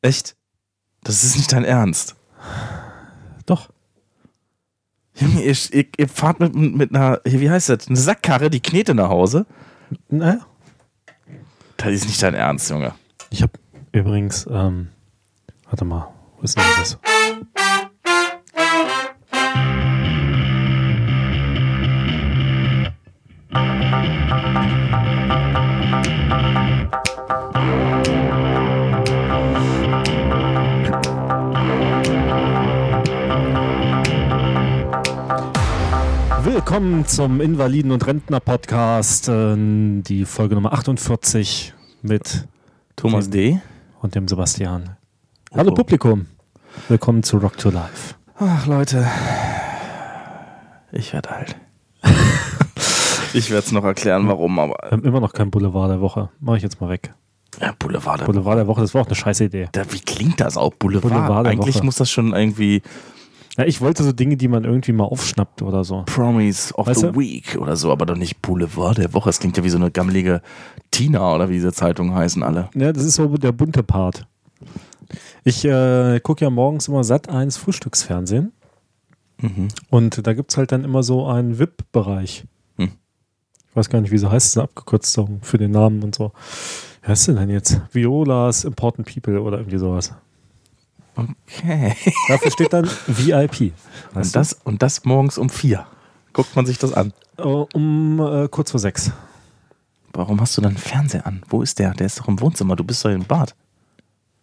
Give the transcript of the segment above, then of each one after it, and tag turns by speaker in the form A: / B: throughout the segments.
A: Echt? Das ist nicht dein Ernst.
B: Doch.
A: Junge, ihr, ihr, ihr fahrt mit, mit einer, hier, wie heißt das? Eine Sackkarre, die Knete nach Hause?
B: Naja.
A: Das ist nicht dein Ernst, Junge.
B: Ich habe übrigens, ähm, warte mal, wo ist denn das? Willkommen zum Invaliden- und Rentner-Podcast, ähm, die Folge Nummer 48 mit
A: Thomas D.
B: und dem Sebastian. Hallo
A: Oho.
B: Publikum, willkommen zu Rock to Life.
A: Ach, Leute. Ich werde alt. ich werde es noch erklären, warum, aber.
B: Wir haben Ähm, immer noch kein Boulevard der Woche, mache ich jetzt mal weg.
A: Ja, Boulevard.
B: Boulevard der Woche, das war auch eine scheiß Idee.
A: Da, wie klingt das auch? Boulevard.
B: Boulevard der
A: Eigentlich
B: Woche.
A: muss das schon irgendwie
B: Ja, ich wollte so Dinge, die man irgendwie mal aufschnappt oder so.
A: Promise of
B: Weißt
A: the
B: du?
A: Week oder so, aber doch nicht Boulevard der Woche. Das klingt ja wie so eine gammelige Tina oder wie diese Zeitungen heißen alle.
B: Ja, das ist so der bunte Part. Ich äh, gucke ja morgens immer satt eins Frühstücksfernsehen.
A: Mhm.
B: Und da gibt es halt dann immer so einen VIP-Bereich.
A: Hm.
B: Ich weiß gar nicht, wie sie heißt, eine Abgekürzung für den Namen und so. Wie heißt sie denn jetzt? Violas Important People oder irgendwie sowas.
A: Okay.
B: Dafür steht dann VIP.
A: Und
B: Weißt
A: das, und das morgens um vier. Guckt man sich das an.
B: du? Äh, Um äh, kurz vor sechs.
A: Warum hast du dann einen Fernseher an? Wo ist der? Der ist doch im Wohnzimmer. Du bist doch im Bad.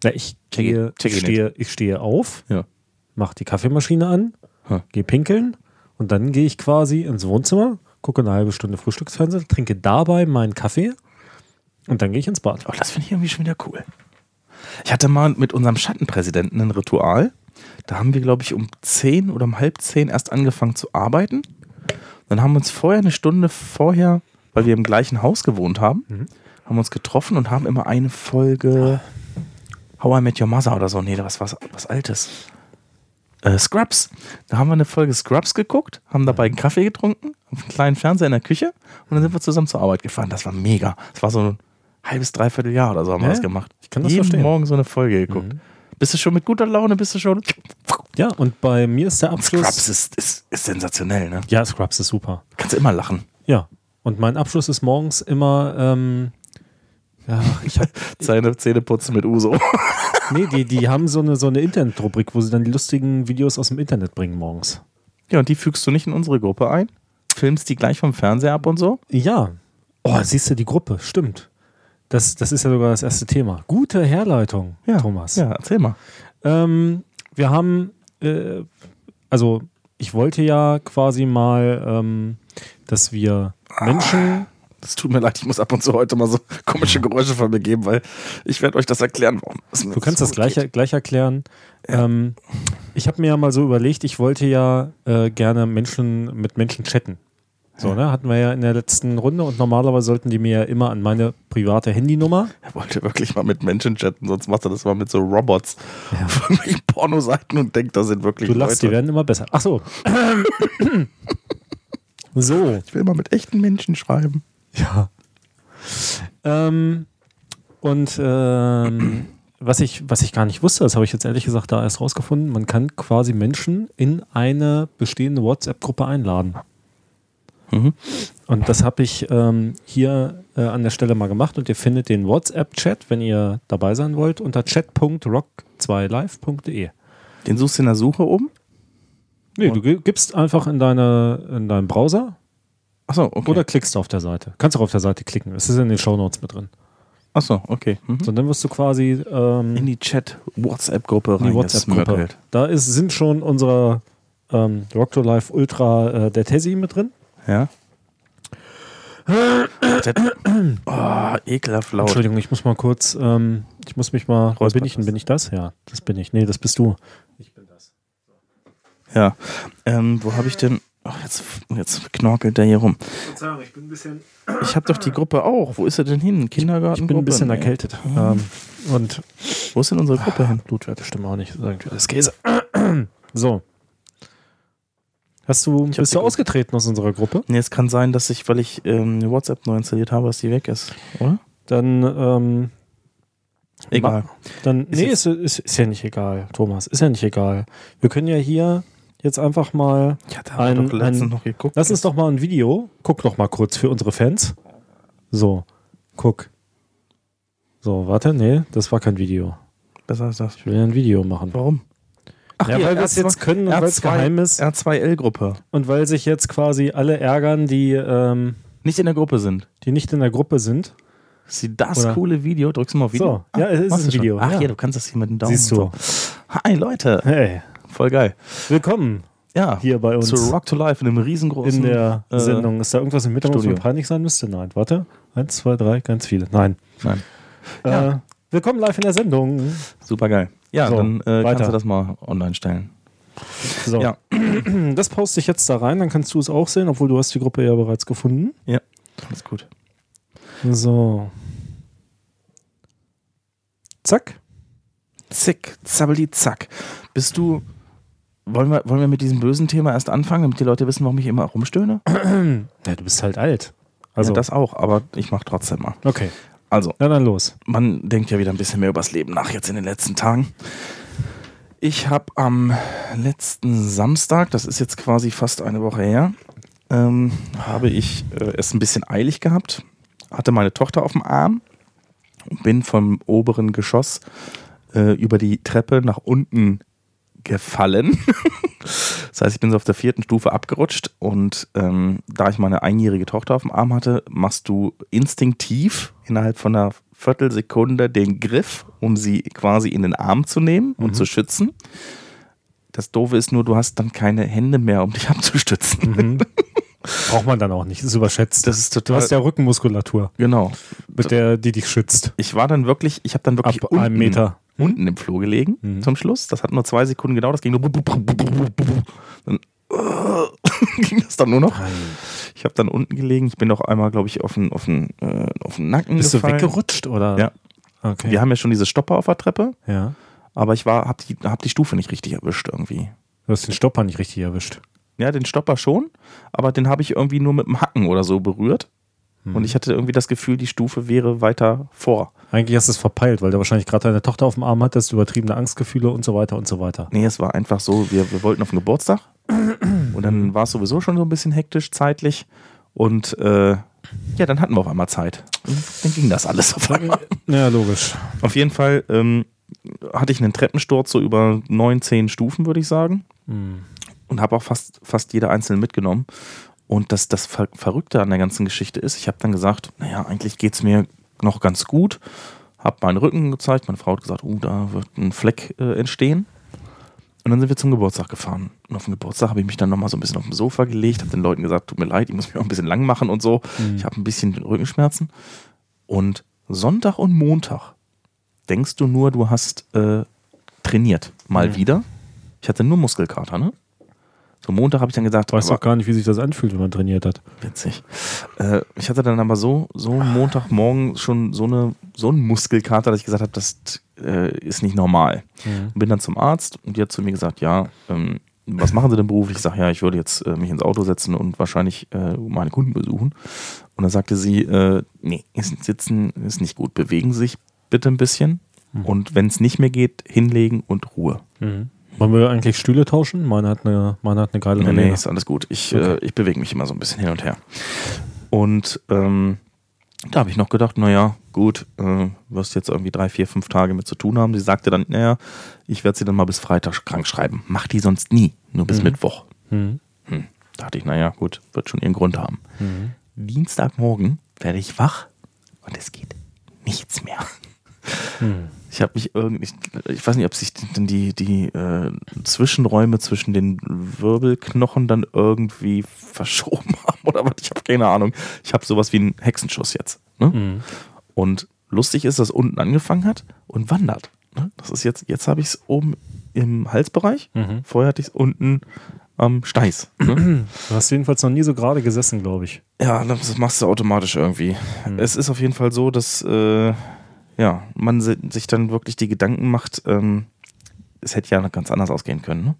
B: Ja, ich,
A: Check it,
B: gehe,
A: check
B: ich,
A: it
B: stehe, ich stehe auf,
A: Ja.
B: mache die Kaffeemaschine an,
A: Hm.
B: gehe pinkeln und dann gehe ich quasi ins Wohnzimmer, gucke eine halbe Stunde Frühstücksfernsehen, trinke dabei meinen Kaffee und dann gehe ich ins Bad.
A: Oh, das finde ich irgendwie schon wieder cool. Ich hatte mal mit unserem Schattenpräsidenten ein Ritual. Da haben wir, glaube ich, um 10 oder um halb 10 erst angefangen zu arbeiten. Dann haben wir uns vorher eine Stunde vorher, weil wir im gleichen Haus gewohnt haben, haben wir uns getroffen und haben immer eine Folge How I Met Your Mother oder so. Nee, was, was, was Altes. Äh, Scrubs. Da haben wir eine Folge Scrubs geguckt, haben dabei einen Kaffee getrunken, auf einen kleinen Fernseher in der Küche und dann sind wir zusammen zur Arbeit gefahren. Das war mega. Das war so ein halbes, dreiviertel Jahr oder so haben wir
B: Ja,
A: das gemacht.
B: ich kann das
A: Jeden
B: verstehen.
A: Morgen so eine Folge geguckt. Bist du schon mit guter Laune? Bist du schon.
B: Ja, und bei mir ist der Abschluss.
A: Scrubs ist, ist, ist sensationell, ne?
B: Ja, Scrubs ist super.
A: Kannst immer lachen.
B: Ja. Und mein Abschluss ist morgens immer, ähm, ja, ich hab,
A: Seine Zähne putzen mit Uso.
B: nee, die, die haben so eine, so eine Internetrubrik, wo sie dann die lustigen Videos aus dem Internet bringen morgens.
A: Ja, und die fügst du nicht in unsere Gruppe ein? Filmst die gleich vom Fernseher ab und so?
B: Ja. Oh, siehst du die Gruppe, stimmt. Das, das ist ja sogar das erste Thema. Gute Herleitung, Thomas.
A: Ja, erzähl mal.
B: Ähm, wir haben, äh, also ich wollte ja quasi mal, ähm, dass wir
A: Ah,
B: Menschen
A: Das tut mir leid, ich muss ab und zu heute mal so komische Geräusche von mir geben, weil ich werde euch das erklären, warum.
B: Du kannst das gleich, gleich erklären. Ähm, ich habe mir ja mal so überlegt, ich wollte ja äh, gerne Menschen mit Menschen chatten. So, ne? Hatten wir ja in der letzten Runde und normalerweise sollten die mir ja immer an meine private Handynummer.
A: Er wollte wirklich mal mit Menschen chatten, sonst macht er das mal mit so Robots von irgendwelchen Pornoseiten und denkt, da sind wirklich
B: Du lachst, die
A: Leute.
B: werden immer besser. Ach so. so.
A: Ich will mal mit echten Menschen schreiben.
B: Ja. Ähm, und ähm, was, ich, was ich gar nicht wusste, das habe ich jetzt ehrlich gesagt da erst rausgefunden, man kann quasi Menschen in eine bestehende WhatsApp-Gruppe einladen.
A: Mhm.
B: Und das habe ich ähm, hier äh, an der Stelle mal gemacht und ihr findet den WhatsApp-Chat, wenn ihr dabei sein wollt, unter chat.rock2live.de.
A: Den suchst du in der Suche oben?
B: Nee, du gi- gibst einfach in, deine, in deinen Browser
A: Achso, okay.
B: oder klickst auf der Seite. Kannst auch auf der Seite klicken. Es ist in den Shownotes mit drin.
A: Achso, okay. Mhm.
B: So, dann wirst du quasi ähm,
A: In die Chat-WhatsApp-Gruppe
B: in die WhatsApp-Gruppe.
A: reingesmörkelt.
B: Da ist, sind schon unsere ähm, Rock to Life Ultra äh, der Tessi mit drin.
A: Ja. oh, ekelhaft laut.
B: Entschuldigung, ich muss mal kurz, ähm, ich muss mich mal. Wer
A: Räuspert
B: bin ich denn? Bin ich das? Ja, das bin ich. Nee, das bist du.
A: Ja. Ähm, wo habe ich denn. Ach, jetzt, jetzt knorkelt der hier rum.
B: Verzeihung, ich bin ein bisschen,
A: Ich habe doch die Gruppe auch. Wo ist er denn hin? Kindergarten?
B: ich bin ein bisschen
A: nee. Mhm.
B: erkältet. Ähm, und
A: Wo ist denn unsere Gruppe hin?
B: Blutwerte stimmen auch nicht. Das ist irgendwie alles Käse. So. Hast
A: hab
B: du, bist
A: die
B: du
A: Gruppe-
B: ausgetreten aus unserer Gruppe?
A: Nee, es kann sein, dass ich, weil ich ähm, WhatsApp neu installiert habe, dass die weg ist, oder?
B: Dann ähm,
A: Egal.
B: Dann,
A: Ist
B: nee, ist, ist, ist ja nicht egal, Thomas. Ist ja nicht egal. Wir können ja hier jetzt einfach mal.
A: Ja, da
B: Ein- ein-
A: noch geguckt.
B: Lass uns doch mal ein Video. Guck doch mal kurz für unsere Fans. So, guck. So, warte, nee, das war kein Video.
A: Besser als das.
B: Ich will ja ein Video machen.
A: Warum? Ach,
B: ja,
A: hier,
B: weil wir es
A: R2-
B: jetzt können und weil es
A: R2
B: geheim ist
A: R2L-Gruppe.
B: und weil sich jetzt quasi alle ärgern, die, ähm,
A: Nicht in der Gruppe sind.
B: die nicht in der Gruppe sind.
A: Sie das
B: Oder-
A: coole Video, drückst du mal auf Video? Ah,
B: So, ja, es ist
A: machst du
B: ein Video,
A: Schon. Ach
B: ja.
A: ja. du kannst das hier mit dem Daumen.
B: Siehst du.
A: und So. Hi Leute,
B: Hey,
A: voll geil.
B: willkommen
A: Ja,
B: hier bei uns
A: zu Rock to Life in einem
B: in
A: riesengroßen
B: der
A: äh,
B: Sendung. Ist da irgendwas im Hintergrund, was mir
A: Studio.
B: peinlich sein müsste? Nein, warte. Eins, zwei, drei, ganz viele. Nein.
A: Nein,
B: Äh, willkommen live in der Sendung.
A: super geil. Ja,
B: So,
A: dann äh,
B: weiter.
A: kannst du das mal online stellen.
B: So. Hm,
A: Ja.
B: Das poste ich jetzt da rein, dann kannst du es auch sehen, obwohl du hast die Gruppe ja bereits gefunden.
A: Ja, alles gut.
B: So. Zack.
A: Zick, zabbeli, zack. Bist du. Wollen wir, wollen wir mit diesem bösen Thema erst anfangen, damit die Leute wissen, warum ich immer rumstöhne?
B: Ja, du bist halt alt. Also,
A: ja, das auch, aber ich mache trotzdem mal.
B: okay.
A: Also,
B: Na dann los.
A: man denkt ja wieder ein bisschen mehr übers Leben nach jetzt in den letzten Tagen. Ich habe am letzten Samstag, das ist jetzt quasi fast eine Woche her, ähm, habe ich äh, es ein bisschen eilig gehabt, hatte meine Tochter auf dem Arm und bin vom oberen Geschoss äh, über die Treppe nach unten gefallen. das heißt, ich bin so auf der vierten Stufe abgerutscht und ähm, da ich meine einjährige Tochter auf dem Arm hatte, machst du instinktiv innerhalb von einer Viertelsekunde den Griff, um sie quasi in den Arm zu nehmen
B: Mhm.
A: und zu schützen. Das Doofe ist nur, du hast dann keine Hände mehr, um dich abzustützen.
B: Mhm. Braucht man dann auch nicht, ist überschätzt.
A: Mhm. Das ist
B: du
A: total.
B: hast ja Rückenmuskulatur,
A: genau.
B: mit der, die dich schützt.
A: Ich war dann wirklich, ich habe dann
B: Ab
A: wirklich
B: einem Meter.
A: Hm? unten im Flur gelegen
B: Mhm.
A: zum Schluss. Das hat nur zwei Sekunden gedauert. Das ging nur. Dann äh, ging das dann nur noch. Ich habe dann unten gelegen. Ich bin auch einmal, glaube ich, auf den, auf den, äh, auf den Nacken
B: Bist
A: gefallen.
B: du weggerutscht oder?
A: Ja.
B: Okay.
A: Wir haben ja schon diese Stopper auf der Treppe,
B: ja.
A: aber ich war, habe die, hab die Stufe nicht richtig erwischt irgendwie.
B: Du hast den Stopper nicht richtig erwischt.
A: Ja, den Stopper schon, aber den habe ich irgendwie nur mit dem Hacken oder so berührt.
B: Hm.
A: Und ich hatte irgendwie das Gefühl, die Stufe wäre weiter vor.
B: Eigentlich hast du es verpeilt, weil du wahrscheinlich gerade deine Tochter auf dem Arm hattest, übertriebene Angstgefühle und so weiter und so weiter.
A: Nee, es war einfach so, wir, wir wollten auf den Geburtstag und dann war es sowieso schon so ein bisschen hektisch zeitlich und äh, ja, dann hatten wir auf einmal Zeit. Und dann ging das alles auf einmal.
B: Ja, logisch.
A: Auf jeden Fall ähm, hatte ich einen Treppensturz so über neun, zehn Stufen, würde ich sagen. Und habe auch fast, fast jede einzelne mitgenommen. Und das, das Ver Verrückte an der ganzen Geschichte ist, ich habe dann gesagt, naja, eigentlich geht es mir noch ganz gut. Habe meinen Rücken gezeigt, meine Frau hat gesagt, oh, da wird ein Fleck äh, entstehen. Und dann sind wir zum Geburtstag gefahren. Und auf dem Geburtstag habe ich mich dann nochmal so ein bisschen auf dem Sofa gelegt, habe den Leuten gesagt, tut mir leid, ich muss mich auch ein bisschen lang machen und so.
B: Mhm.
A: Ich habe ein bisschen Rückenschmerzen. Und Sonntag und Montag denkst du nur, du hast äh, trainiert.
B: Mhm.
A: Mal wieder. Ich hatte nur Muskelkater, ne? So Montag habe ich dann gesagt,
B: Du weißt
A: aber-
B: doch gar nicht, wie sich das anfühlt, wenn man trainiert hat.
A: Witzig. Äh, ich hatte dann aber so, so Montagmorgen schon so, eine, so einen Muskelkater, dass ich gesagt habe, das äh, ist nicht normal. Bin dann zum Arzt und die hat zu mir gesagt, ja, ähm, was machen Sie denn beruflich? Ich sage, ja, ich würde jetzt äh, mich ins Auto setzen und wahrscheinlich äh, meine Kunden besuchen. Und dann sagte sie, äh, nee, ist- sitzen ist nicht gut. Bewegen Sie sich bitte ein bisschen. Und wenn es nicht mehr geht, hinlegen und Ruhe.
B: Wollen wir eigentlich Stühle tauschen? Meine hat eine, meine hat eine geile
A: Äh, Nee, nee,
B: Lehne.
A: ist alles gut. Ich,
B: Okay.
A: äh, ich bewege mich immer so ein bisschen hin und her. Und ähm, da habe ich noch gedacht, naja, gut, äh, wirst jetzt irgendwie drei, vier, fünf Tage mit zu tun haben. Sie sagte dann, naja, ich werde sie dann mal bis Freitag krank schreiben. Mach die sonst nie, nur bis Mittwoch.
B: Mhm.
A: Hm. Dachte ich, naja, gut, wird schon ihren Grund haben. Dienstagmorgen werde ich wach und es geht nichts mehr. Ich habe mich irgendwie, ich, ich weiß nicht, ob sich denn die, die äh, Zwischenräume zwischen den Wirbelknochen dann irgendwie verschoben haben oder was. Ich habe keine Ahnung. Ich habe sowas wie einen Hexenschuss jetzt. Ne? Und lustig ist, dass unten angefangen hat und wandert. ne? Das ist jetzt, jetzt habe ich es oben im Halsbereich. Vorher hatte ich es unten am Steiß. Ne?
B: Du hast jedenfalls noch nie so gerade gesessen, glaube ich.
A: Ja, das machst du automatisch irgendwie.
B: Hm.
A: Es ist auf jeden Fall so, dass äh, ja, man se- sich dann wirklich die Gedanken macht, ähm, es hätte ja noch ganz anders ausgehen können. Ne?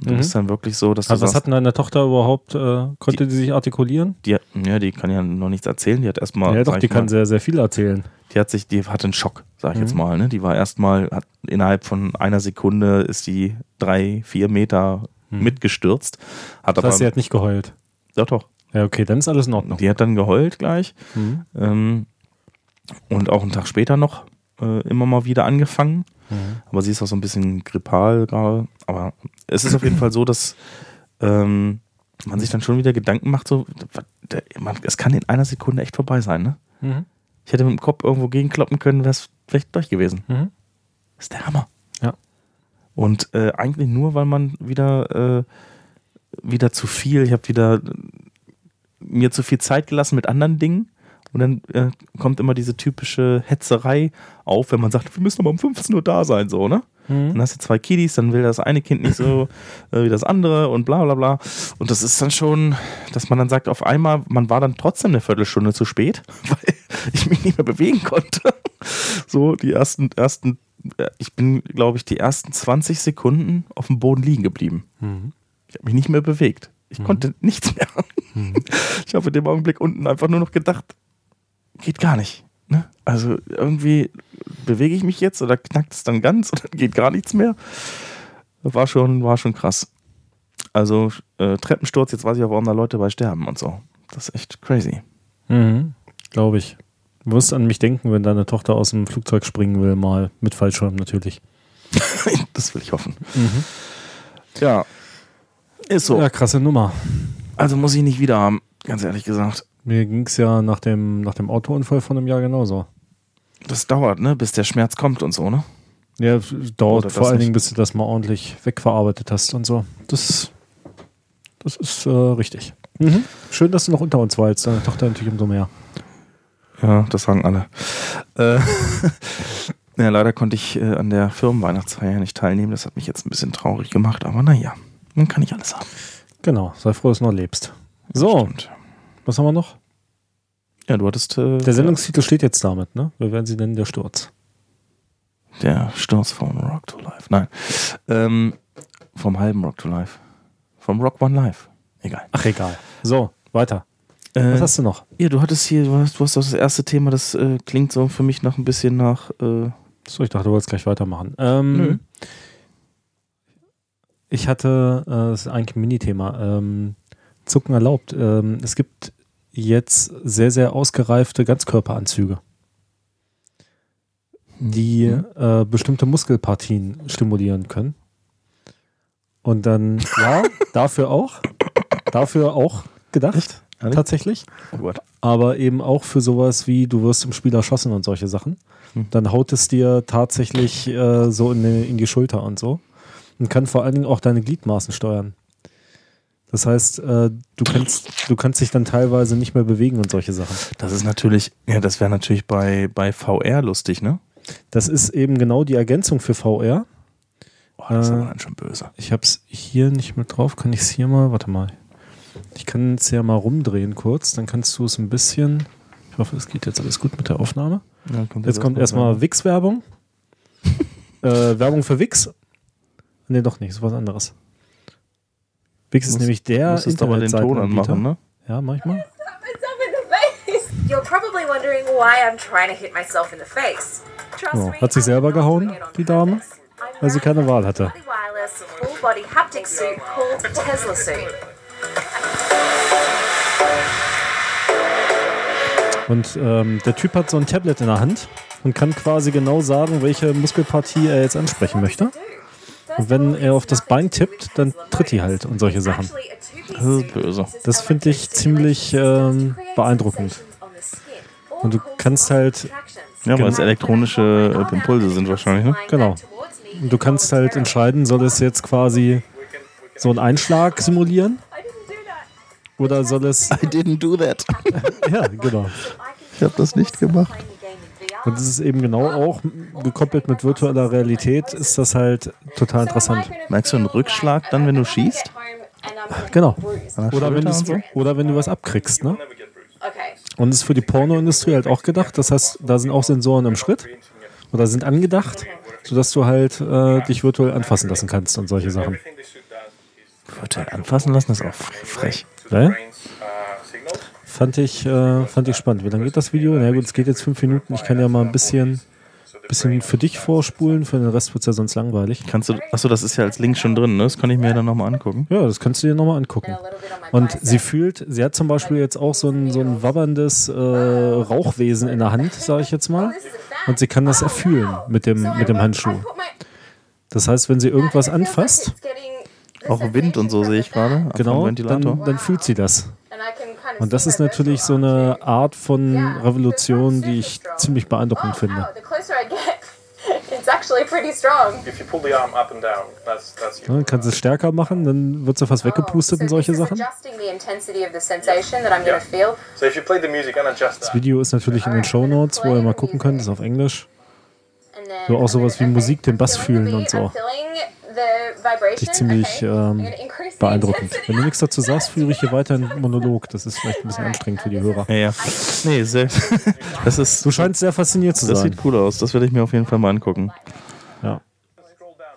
A: Du
B: Mhm.
A: bist dann wirklich so, dass du
B: Also was
A: sagst,
B: hat denn deine Tochter überhaupt, äh, konnte die, sich artikulieren?
A: die, ja, die kann ja noch nichts erzählen. Die hat erstmal,
B: ja
A: Ah, sag
B: doch,
A: ich
B: die kann
A: mal,
B: sehr, sehr viel erzählen.
A: die hat sich, die hatte einen Schock, sag ich jetzt
B: Mhm.
A: mal. Ne? Die war erstmal, hat innerhalb von einer Sekunde ist die drei, vier Meter
B: Mhm.
A: mitgestürzt. Hat
B: Das
A: aber,
B: heißt, sie hat Oh. nicht geheult.
A: doch, doch.
B: Ja, okay, dann ist alles in Ordnung.
A: Die hat dann geheult gleich.
B: Mhm.
A: Ähm, und auch einen Tag später noch äh, immer mal wieder angefangen.
B: Mhm.
A: Aber sie ist auch so ein bisschen grippal gerade. Aber es ist auf jeden Fall so, dass ähm, man sich dann schon wieder Gedanken macht, so, was- der- man, es kann in einer Sekunde echt vorbei sein, ne?
B: Mhm.
A: Ich hätte mit dem Kopf irgendwo gegenkloppen können, wäre es vielleicht durch gewesen.
B: Mhm.
A: Das ist der Hammer.
B: Ja.
A: Und äh, eigentlich nur, weil man wieder, äh, wieder zu viel, ich habe wieder äh, mir zu viel Zeit gelassen mit anderen Dingen. Und dann äh, kommt immer diese typische Hetzerei auf, wenn man sagt, wir müssen aber um 15 Uhr da sein, so, ne?
B: Mhm.
A: Dann hast du zwei Kiddies, dann will das eine Kind nicht so äh, wie das andere und bla bla bla. Und das ist dann schon, dass man dann sagt, auf einmal, man war dann trotzdem eine Viertelstunde zu spät, weil ich mich nicht mehr bewegen konnte. So, die ersten, ersten, äh, ich bin, glaube ich, die ersten 20 Sekunden auf dem Boden liegen geblieben.
B: Mhm.
A: Ich habe mich nicht mehr bewegt. Ich
B: Mhm.
A: konnte nichts mehr.
B: Mhm.
A: Ich habe in dem Augenblick unten einfach nur noch gedacht, geht gar nicht. Ne? Also irgendwie bewege ich mich jetzt oder knackt es dann ganz oder geht gar nichts mehr. War schon, war schon krass. Also äh, Treppensturz, jetzt weiß ich auch, warum da Leute bei sterben und so. Das ist echt crazy.
B: Mhm, glaube ich. Du wirst an mich denken, wenn deine Tochter aus dem Flugzeug springen will, mal mit Fallschirm natürlich.
A: das will ich hoffen. Ja. Ist so.
B: Mhm. Ja, krasse Nummer.
A: Also muss ich nicht wieder haben, ganz ehrlich gesagt.
B: Mir ging es ja nach dem, nach dem Autounfall von einem Jahr genauso.
A: Das dauert, ne, bis der Schmerz kommt und so, ne?
B: Ja, es dauert
A: Oder das
B: vor allen
A: nicht.
B: Dingen, bis du das mal ordentlich wegverarbeitet hast und so. Das, das ist äh, richtig. Mhm. Schön, dass du noch unter uns warst. Deine Tochter natürlich umso mehr.
A: Ja, das sagen alle. Äh, ja, leider konnte ich äh, an der Firmenweihnachtsfeier nicht teilnehmen. Das hat mich jetzt ein bisschen traurig gemacht, aber naja, man kann nicht alles haben.
B: Genau, sei froh, dass du noch lebst. So,
A: Stimmt.
B: was haben wir noch?
A: Ja, du hattest. Äh,
B: Der Sendungstitel steht jetzt damit, ne? Wir werden sie nennen, der Sturz.
A: Der Sturz vom Rock to Life. Nein. Ähm, vom halben Rock to Life. Vom Rock One Life. Egal.
B: Ach, egal. So, weiter.
A: Äh,
B: Was hast du noch?
A: ja, du hattest hier, du hast, du hast doch das erste Thema, das äh, klingt so für mich noch ein bisschen nach. Äh,
B: So, ich dachte, du wolltest gleich weitermachen. Ähm,
A: Nö.
B: Ich hatte, äh, das ist eigentlich ein Minithema, ähm, Zucken erlaubt. Ähm, es gibt jetzt sehr, sehr ausgereifte Ganzkörperanzüge, die
A: Mhm.
B: äh, bestimmte Muskelpartien stimulieren können. Und dann, ja, dafür auch, dafür auch gedacht,
A: Ehrlich?
B: tatsächlich.
A: Oh Gott.
B: aber eben auch für sowas wie du wirst im Spiel erschossen und solche Sachen.
A: Hm.
B: Dann haut es dir tatsächlich äh, so in die, in die Schulter und so und kann vor allen Dingen auch deine Gliedmaßen steuern. Das heißt, äh, du kannst du kannst dich dann teilweise nicht mehr bewegen und solche Sachen.
A: Das ist natürlich, ja, das wäre natürlich bei, bei VR lustig, ne?
B: Das ist eben genau die Ergänzung für VR.
A: Oh, das ist
B: Äh,
A: aber dann schon böse.
B: Ich habe es hier nicht mit drauf. Kann ich es hier mal? Warte mal. Ich kann es ja mal rumdrehen kurz. Dann kannst du es ein bisschen. Ich hoffe, es geht jetzt alles gut mit der Aufnahme. Jetzt
A: Also
B: kommt erstmal Wix-Werbung. äh, Werbung für Wix. Nee, doch nicht, ist was anderes. Wix ist
A: Muss-
B: nämlich der
A: musstest aber den Ton
B: Internetseitenanbieter.
A: anmachen, ne?
B: Ja, manchmal.
C: myself in the face. You're probably wondering why I'm trying to hit myself in the face. Trust
B: Ja,
C: me,
B: hat sich
C: I'm
B: selber
C: not
B: gehauen,
C: doing it on
B: die Dame,
C: purpose. I'm
B: weil sie
C: wearing
B: keine Wahl hatte.
C: a fully wireless full body haptic suit called Tesla suit.
B: Und ähm, der Typ hat so ein Tablet in der Hand und kann quasi genau sagen, welche Muskelpartie er jetzt ansprechen möchte.
C: Und wenn er auf das Bein tippt, dann tritt die halt und solche Sachen.
A: Das ist böse.
C: Das finde ich ziemlich ähm, beeindruckend. Und du kannst halt.
A: Ja, weil es elektronische äh, Impulse sind wahrscheinlich, ne?
C: Genau.
B: Und du kannst halt entscheiden, soll es jetzt quasi so einen Einschlag simulieren oder soll es.
A: I didn't do that.
B: Ja, genau.
C: Ich habe das nicht gemacht.
B: Und es ist eben genau auch gekoppelt mit virtueller Realität, ist das halt total interessant.
A: Merkst du einen Rückschlag dann, wenn du schießt?
B: Genau. Oder
A: Schulter
B: wenn, du,
A: und so?
B: oder wenn du was abkriegst, ne?
C: Okay.
B: Und es ist für die Pornoindustrie halt auch gedacht. Das heißt, da sind auch Sensoren im Schritt oder sind angedacht, sodass du halt äh, dich virtuell anfassen lassen kannst und solche Sachen.
D: Everything this suit does
A: Wird halt anfassen lassen, ist auch frech.
B: Ja? Ne? Fand ich, äh, fand ich spannend. Wie lange geht das Video? Na gut, es geht jetzt fünf Minuten. Ich kann ja mal ein bisschen, bisschen für dich vorspulen, für den Rest wird es ja sonst langweilig.
A: Kannst du, achso, das ist ja als Link schon drin, ne? Das kann ich mir ja dann nochmal angucken.
B: Ja, das kannst du dir nochmal angucken.
C: And a little bit on my
B: Und
C: bicep.
B: sie fühlt, sie hat zum Beispiel jetzt auch so ein, so ein wabberndes äh, Rauchwesen in der Hand, sage ich jetzt mal.
C: Oh, This is a fact.
B: Und sie kann das
C: Oh,
B: erfüllen
C: wow.
B: mit dem-
C: So I
B: mit dem
C: rub- I
B: Handschuh.
C: put my-
B: Das heißt, wenn sie irgendwas
C: It feels like
B: anfasst,
C: it's getting the
A: Auch Wind und so
C: sensation
A: sehe ich
C: from the
A: gerade.
B: genau,
A: Am
B: dann,
A: Ventilator.
B: dann fühlt sie das.
C: back. And I can kind of
B: Und das
C: see
B: ist
C: my
B: natürlich so
C: visual
B: eine Art von
C: Yeah.
B: Revolution, die ich ziemlich beeindruckend
C: Oh,
B: finde.
C: ow, the closer I get, it's actually pretty strong.
D: If you pull the arm up and down, that's that's your,
B: Ne, kannst du es stärker machen, dann wird sie fast weggepustet
C: Oh, so
B: und solche
C: this is
B: Sachen.
C: adjusting the intensity of the sensation that I'm gonna
D: Yeah.
C: feel.
D: So if you play the music and adjust
B: Das
D: that,
B: Video ist natürlich in den Show Notes, wo ihr mal gucken könnt, ist auf Englisch.
C: And then
B: So auch
C: I'm
B: sowas
C: gonna-
B: wie Musik, den
C: I'm
B: Bass
C: feeling the
B: fühlen und
C: beat,
B: so.
C: I'm feeling the vibration,
B: Dich ziemlich
C: okay. I'm
B: ähm,
C: gonna increase the
B: beeindruckend.
C: intensity.
B: Wenn du nichts dazu sagst, führe ich hier weiter einen Monolog. Das ist vielleicht ein bisschen anstrengend für die Hörer.
A: Ja, ja. Nee, sehr. Das ist.
B: Du scheinst sehr fasziniert zu
A: Das
B: sein.
A: sieht cool aus. Das werde ich mir auf jeden Fall mal angucken.
B: Ja.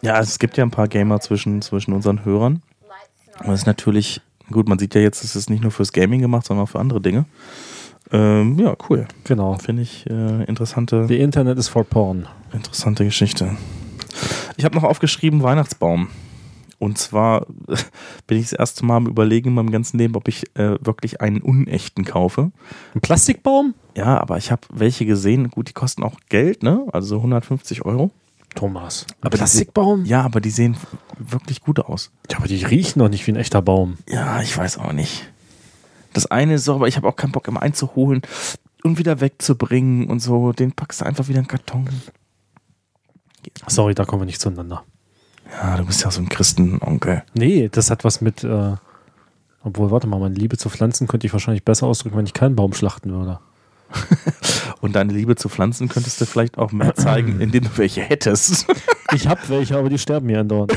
A: Ja, es gibt ja ein paar Gamer zwischen, zwischen unseren Hörern.
C: Lights not-
A: Aber es ist natürlich, gut, man sieht ja jetzt, es ist nicht nur fürs Gaming gemacht, sondern auch für andere Dinge. Ähm, ja, cool.
B: Genau.
A: Finde ich äh, interessante,
B: The Internet is for Porn.
A: interessante Geschichte. Ich habe noch aufgeschrieben Weihnachtsbaum. Und zwar bin ich das erste Mal am Überlegen in meinem ganzen Leben, ob ich äh, wirklich einen unechten kaufe.
B: Ein Plastikbaum?
A: Ja, aber ich habe welche gesehen. Gut, die kosten auch Geld, ne? Also 150 Euro.
B: Thomas. Ein
A: Aber
B: Plastikbaum?
A: Ja, aber die sehen wirklich gut aus.
B: Ja, aber die riechen doch nicht wie ein echter Baum.
A: Ja, ich weiß auch nicht. Das eine ist so, aber ich habe auch keinen Bock, immer einzuholen und wieder wegzubringen und so. Den packst du einfach wieder in den Karton.
B: Sorry, da kommen wir nicht zueinander.
A: Ja, du bist ja so ein Christenonkel.
B: Nee, das hat was mit. Äh, obwohl, warte mal, meine Liebe zu Pflanzen könnte ich wahrscheinlich besser ausdrücken, wenn ich keinen Baum schlachten würde.
A: Und deine Liebe zu Pflanzen könntest du vielleicht auch mehr zeigen, indem du welche hättest.
B: Ich hab welche, aber die sterben mir andauernd.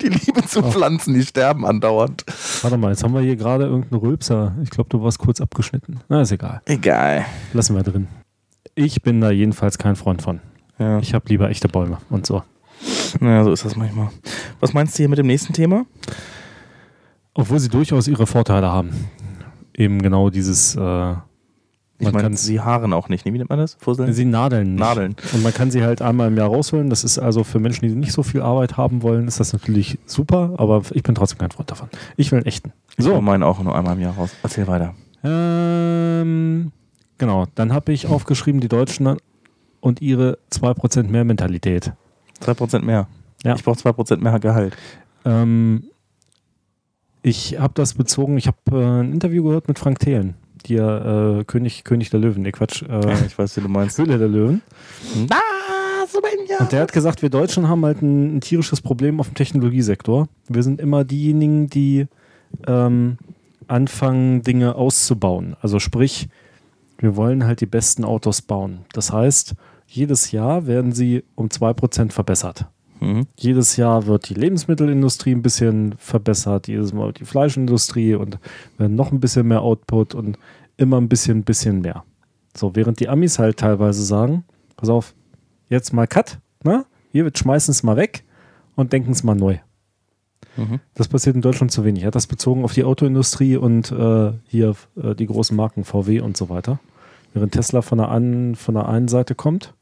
A: Die Liebe zu Pflanzen, die sterben andauernd.
B: Warte mal, jetzt haben wir hier gerade irgendeinen Rülpser. Ich glaube, du warst kurz abgeschnitten. Na, ist egal.
A: Egal.
B: Lassen wir drin. Ich bin da jedenfalls kein Freund von.
A: Ja,
B: Ich habe lieber echte Bäume und so.
A: naja, so ist das manchmal. Was meinst du hier mit dem nächsten Thema?
B: Obwohl sie durchaus ihre Vorteile haben. Eben genau dieses. Äh, man
A: Ich meine,
B: kann
A: sie haaren auch nicht. ne? Wie nennt man das? Fusseln?
B: sie nadeln. Nicht.
A: Nadeln.
B: Und man kann sie halt einmal im Jahr rausholen. Das ist also für Menschen, die nicht so viel Arbeit haben wollen, ist das natürlich super. Aber ich bin trotzdem kein Freund davon. Ich will einen echten.
A: So.
B: So.
A: meinen auch nur einmal im Jahr raus. Erzähl weiter.
B: Ähm, genau. Dann habe ich aufgeschrieben, die Deutschen und ihre 2% mehr Mentalität.
A: 2% mehr.
B: Ja.
A: Ich brauche 2% mehr Gehalt.
B: Ähm, ich habe das bezogen, ich habe äh, ein Interview gehört mit Frank Thelen, die ja äh, König, König der Löwen, nee Quatsch, äh,
A: Ich weiß, wie du meinst.
B: Höhle der Löwen.
A: Was, Benja?
B: Und der hat gesagt, wir Deutschen haben halt ein, ein tierisches Problem auf dem Technologiesektor. Wir sind immer diejenigen, die ähm, anfangen, Dinge auszubauen. Also sprich, wir wollen halt die besten Autos bauen. Das heißt, jedes Jahr werden sie um 2% verbessert.
A: Mhm.
B: jedes Jahr wird die Lebensmittelindustrie ein bisschen verbessert, jedes Mal wird die Fleischindustrie und werden noch ein bisschen mehr Output und immer ein bisschen, bisschen mehr. So, während die Amis halt teilweise sagen, pass auf, jetzt mal Cut, ne? Wir schmeißen es mal weg und denken es mal neu.
A: Mhm.
B: Das passiert in Deutschland zu wenig. Er hat das bezogen auf die Autoindustrie und äh, hier äh, die großen Marken VW und so weiter. Während Tesla von der, an, von der einen Seite kommt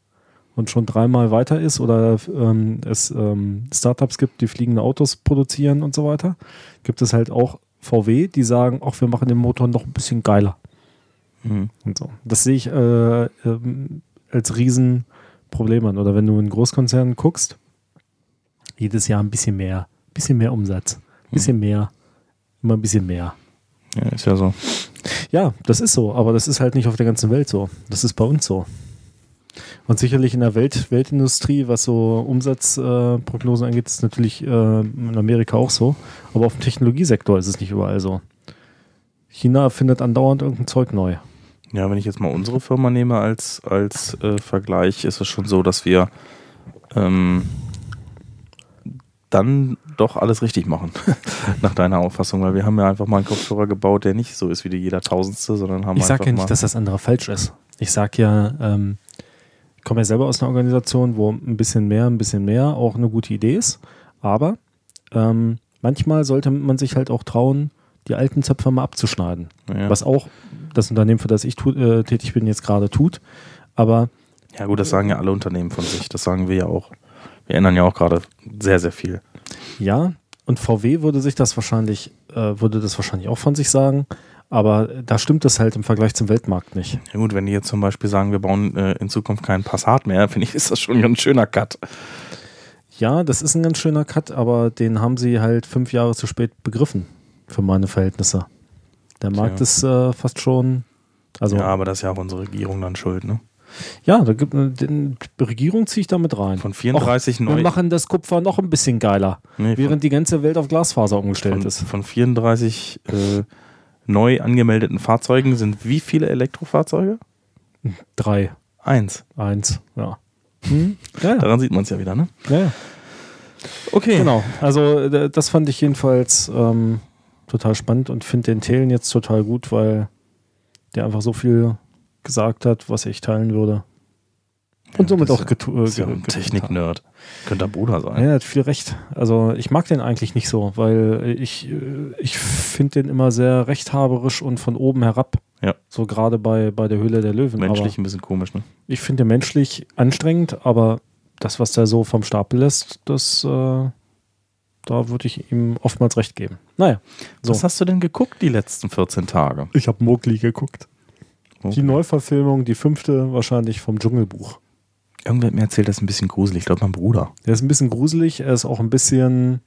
B: und schon dreimal weiter ist oder ähm, es ähm, Startups gibt, die fliegende Autos produzieren und so weiter, gibt es halt auch VW, die sagen, ach, wir machen den Motor noch ein bisschen geiler
A: Mhm.
B: und so. Das sehe ich äh, ähm, als Riesenproblem an. Oder wenn du in Großkonzernen guckst, jedes Jahr ein bisschen mehr, bisschen mehr Umsatz, bisschen mehr, immer ein bisschen mehr.
A: Ja, ist ja so.
B: Ja, das ist so, aber das ist halt nicht auf der ganzen Welt so. Das ist bei uns so. Und sicherlich in der Welt, Weltindustrie, was so Umsatzprognosen äh, Prognosen angeht, ist natürlich äh, in Amerika auch so. Aber auf dem Technologiesektor ist es nicht überall so. China findet andauernd irgendein Zeug neu.
A: Ja, wenn ich jetzt mal unsere Firma nehme als, als äh, Vergleich, ist es schon so, dass wir ähm, dann doch alles richtig machen, nach deiner Auffassung, weil wir haben ja einfach mal einen Kopfhörer gebaut, der nicht so ist wie die jeder Tausendste, sondern haben
B: Ich sage
A: einfach
B: ja
A: mal
B: nicht, dass das andere falsch ist. Ich sage ja, ähm, ich komme ja selber aus einer Organisation, wo ein bisschen mehr, ein bisschen mehr auch eine gute Idee ist. Aber ähm, manchmal sollte man sich halt auch trauen, die alten Zöpfe mal abzuschneiden.
A: Ja.
B: Was auch das Unternehmen, für das ich tu, äh, tätig bin, jetzt gerade tut. Aber
A: Ja, gut, das sagen ja alle Unternehmen von sich. Das sagen wir ja auch. Wir ändern ja auch gerade sehr, sehr viel.
B: Ja, und VW würde sich das wahrscheinlich, äh, würde das wahrscheinlich auch von sich sagen, aber da stimmt das halt im Vergleich zum Weltmarkt nicht.
A: Ja, gut, wenn die jetzt zum Beispiel sagen, wir bauen äh, in Zukunft keinen Passat mehr, finde ich, ist das schon ein ganz schöner Cut.
B: Ja, das ist ein ganz schöner Cut, aber den haben sie halt fünf Jahre zu spät begriffen, für meine Verhältnisse. Der Markt
A: Tja.
B: ist äh, fast schon, also
A: Ja,
B: ja,
A: aber das ist ja auch unsere Regierung dann schuld, ne?
B: da gibt, äh, den, die Regierung ziehe ich damit rein.
A: Von 34
B: Och,
A: neu-
B: Wir machen das Kupfer noch ein bisschen geiler,
A: Nee, von-
B: während die ganze Welt auf Glasfaser umgestellt
A: Von,
B: ist.
A: von 34 äh, neu angemeldeten Fahrzeugen sind wie viele Elektrofahrzeuge?
B: Drei,
A: Eins.
B: eins, ja. Hm? Ja, ja.
A: Daran sieht man es ja wieder, ne?
B: ja, ja.
A: Okay.
B: Genau, also d- das fand ich jedenfalls ähm, total spannend und finde den Thelen jetzt total gut, weil der einfach so viel gesagt hat, was ich teilen würde. Und somit
A: das
B: auch
A: ist
B: getu- äh,
A: Ist ja
B: ge-
A: ein
B: getan
A: Technik-Nerd. Könnte der Bruder
B: hat. Ja,
A: sein.
B: er hat viel recht. Also ich mag den eigentlich nicht so, weil ich, äh, ich finde den immer sehr rechthaberisch und von oben herab.
A: Ja.
B: So gerade bei, bei der Höhle der Löwen.
A: Menschlich ein bisschen komisch, ne?
B: Aber ich finde den menschlich anstrengend, aber das, was der so vom Stapel lässt, das äh, da würde ich ihm oftmals recht geben. Naja. So.
A: Was hast du denn geguckt die letzten 14 Tage?
B: Ich habe Mowgli geguckt. Die Neuverfilmung, die fünfte wahrscheinlich vom Dschungelbuch.
A: Irgendwer hat mir erzählt, das ist ein bisschen gruselig. Ich glaube, mein Bruder.
B: Der ist ein bisschen gruselig, er ist auch ein bisschen,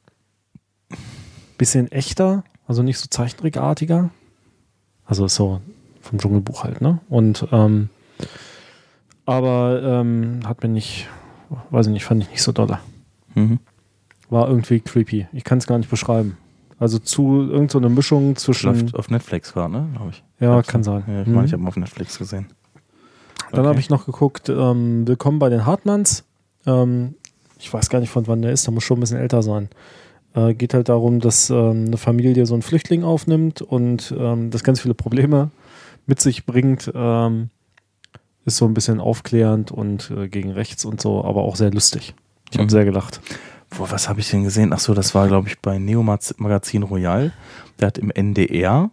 B: bisschen echter, also nicht so zeichentrickartiger. Also ist so vom Dschungelbuch halt, ne? Und ähm, aber ähm, hat mir nicht, weiß ich nicht, fand ich nicht so dolle.
A: Mhm.
B: War irgendwie creepy. Ich kann es gar nicht beschreiben. Also zu irgendeine so eine Mischung zwischen.
A: Läuft auf Netflix gerade, ne? Glaub ich.
B: Ja,
A: Hab's-
B: kann sein.
A: Mhm. Ja, ich meine,
B: Mhm.
A: ich habe ihn auf Netflix gesehen.
B: Dann
A: Okay.
B: habe ich noch geguckt, ähm, Willkommen bei den Hartmanns. Ähm, ich weiß gar nicht, von wann der ist, der muss schon ein bisschen älter sein. Äh, geht halt darum, dass ähm, eine Familie so einen Flüchtling aufnimmt und ähm, das ganz viele Probleme mit sich bringt. Ähm, ist so ein bisschen aufklärend und äh, gegen rechts und so, aber auch sehr lustig. Ich habe
A: Mhm.
B: sehr gelacht.
A: Boah, was habe ich denn gesehen? Ach so, das war, glaube ich, bei Neomagazin Magazin Royal. Der hat im NDR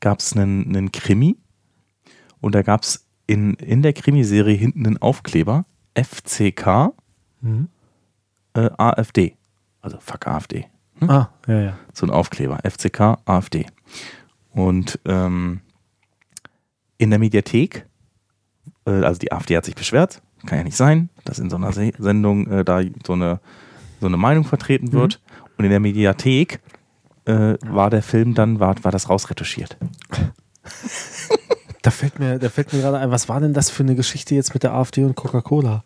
A: gab es einen, einen Krimi und da gab es in, in der Krimiserie hinten einen Aufkleber FCK äh, AfD. Also fuck AfD.
B: Ah, ja, ja.
A: So ein Aufkleber. FCK AfD. Und ähm, in der Mediathek, äh, also die AfD hat sich beschwert, kann ja nicht sein, dass in so einer Se Sendung äh, da so eine, so eine Meinung vertreten wird. Und in der Mediathek äh, war der Film dann, war, war das rausretuschiert.
B: Da fällt mir, da fällt mir gerade ein, was war denn das für eine Geschichte jetzt mit der AfD und Coca-Cola?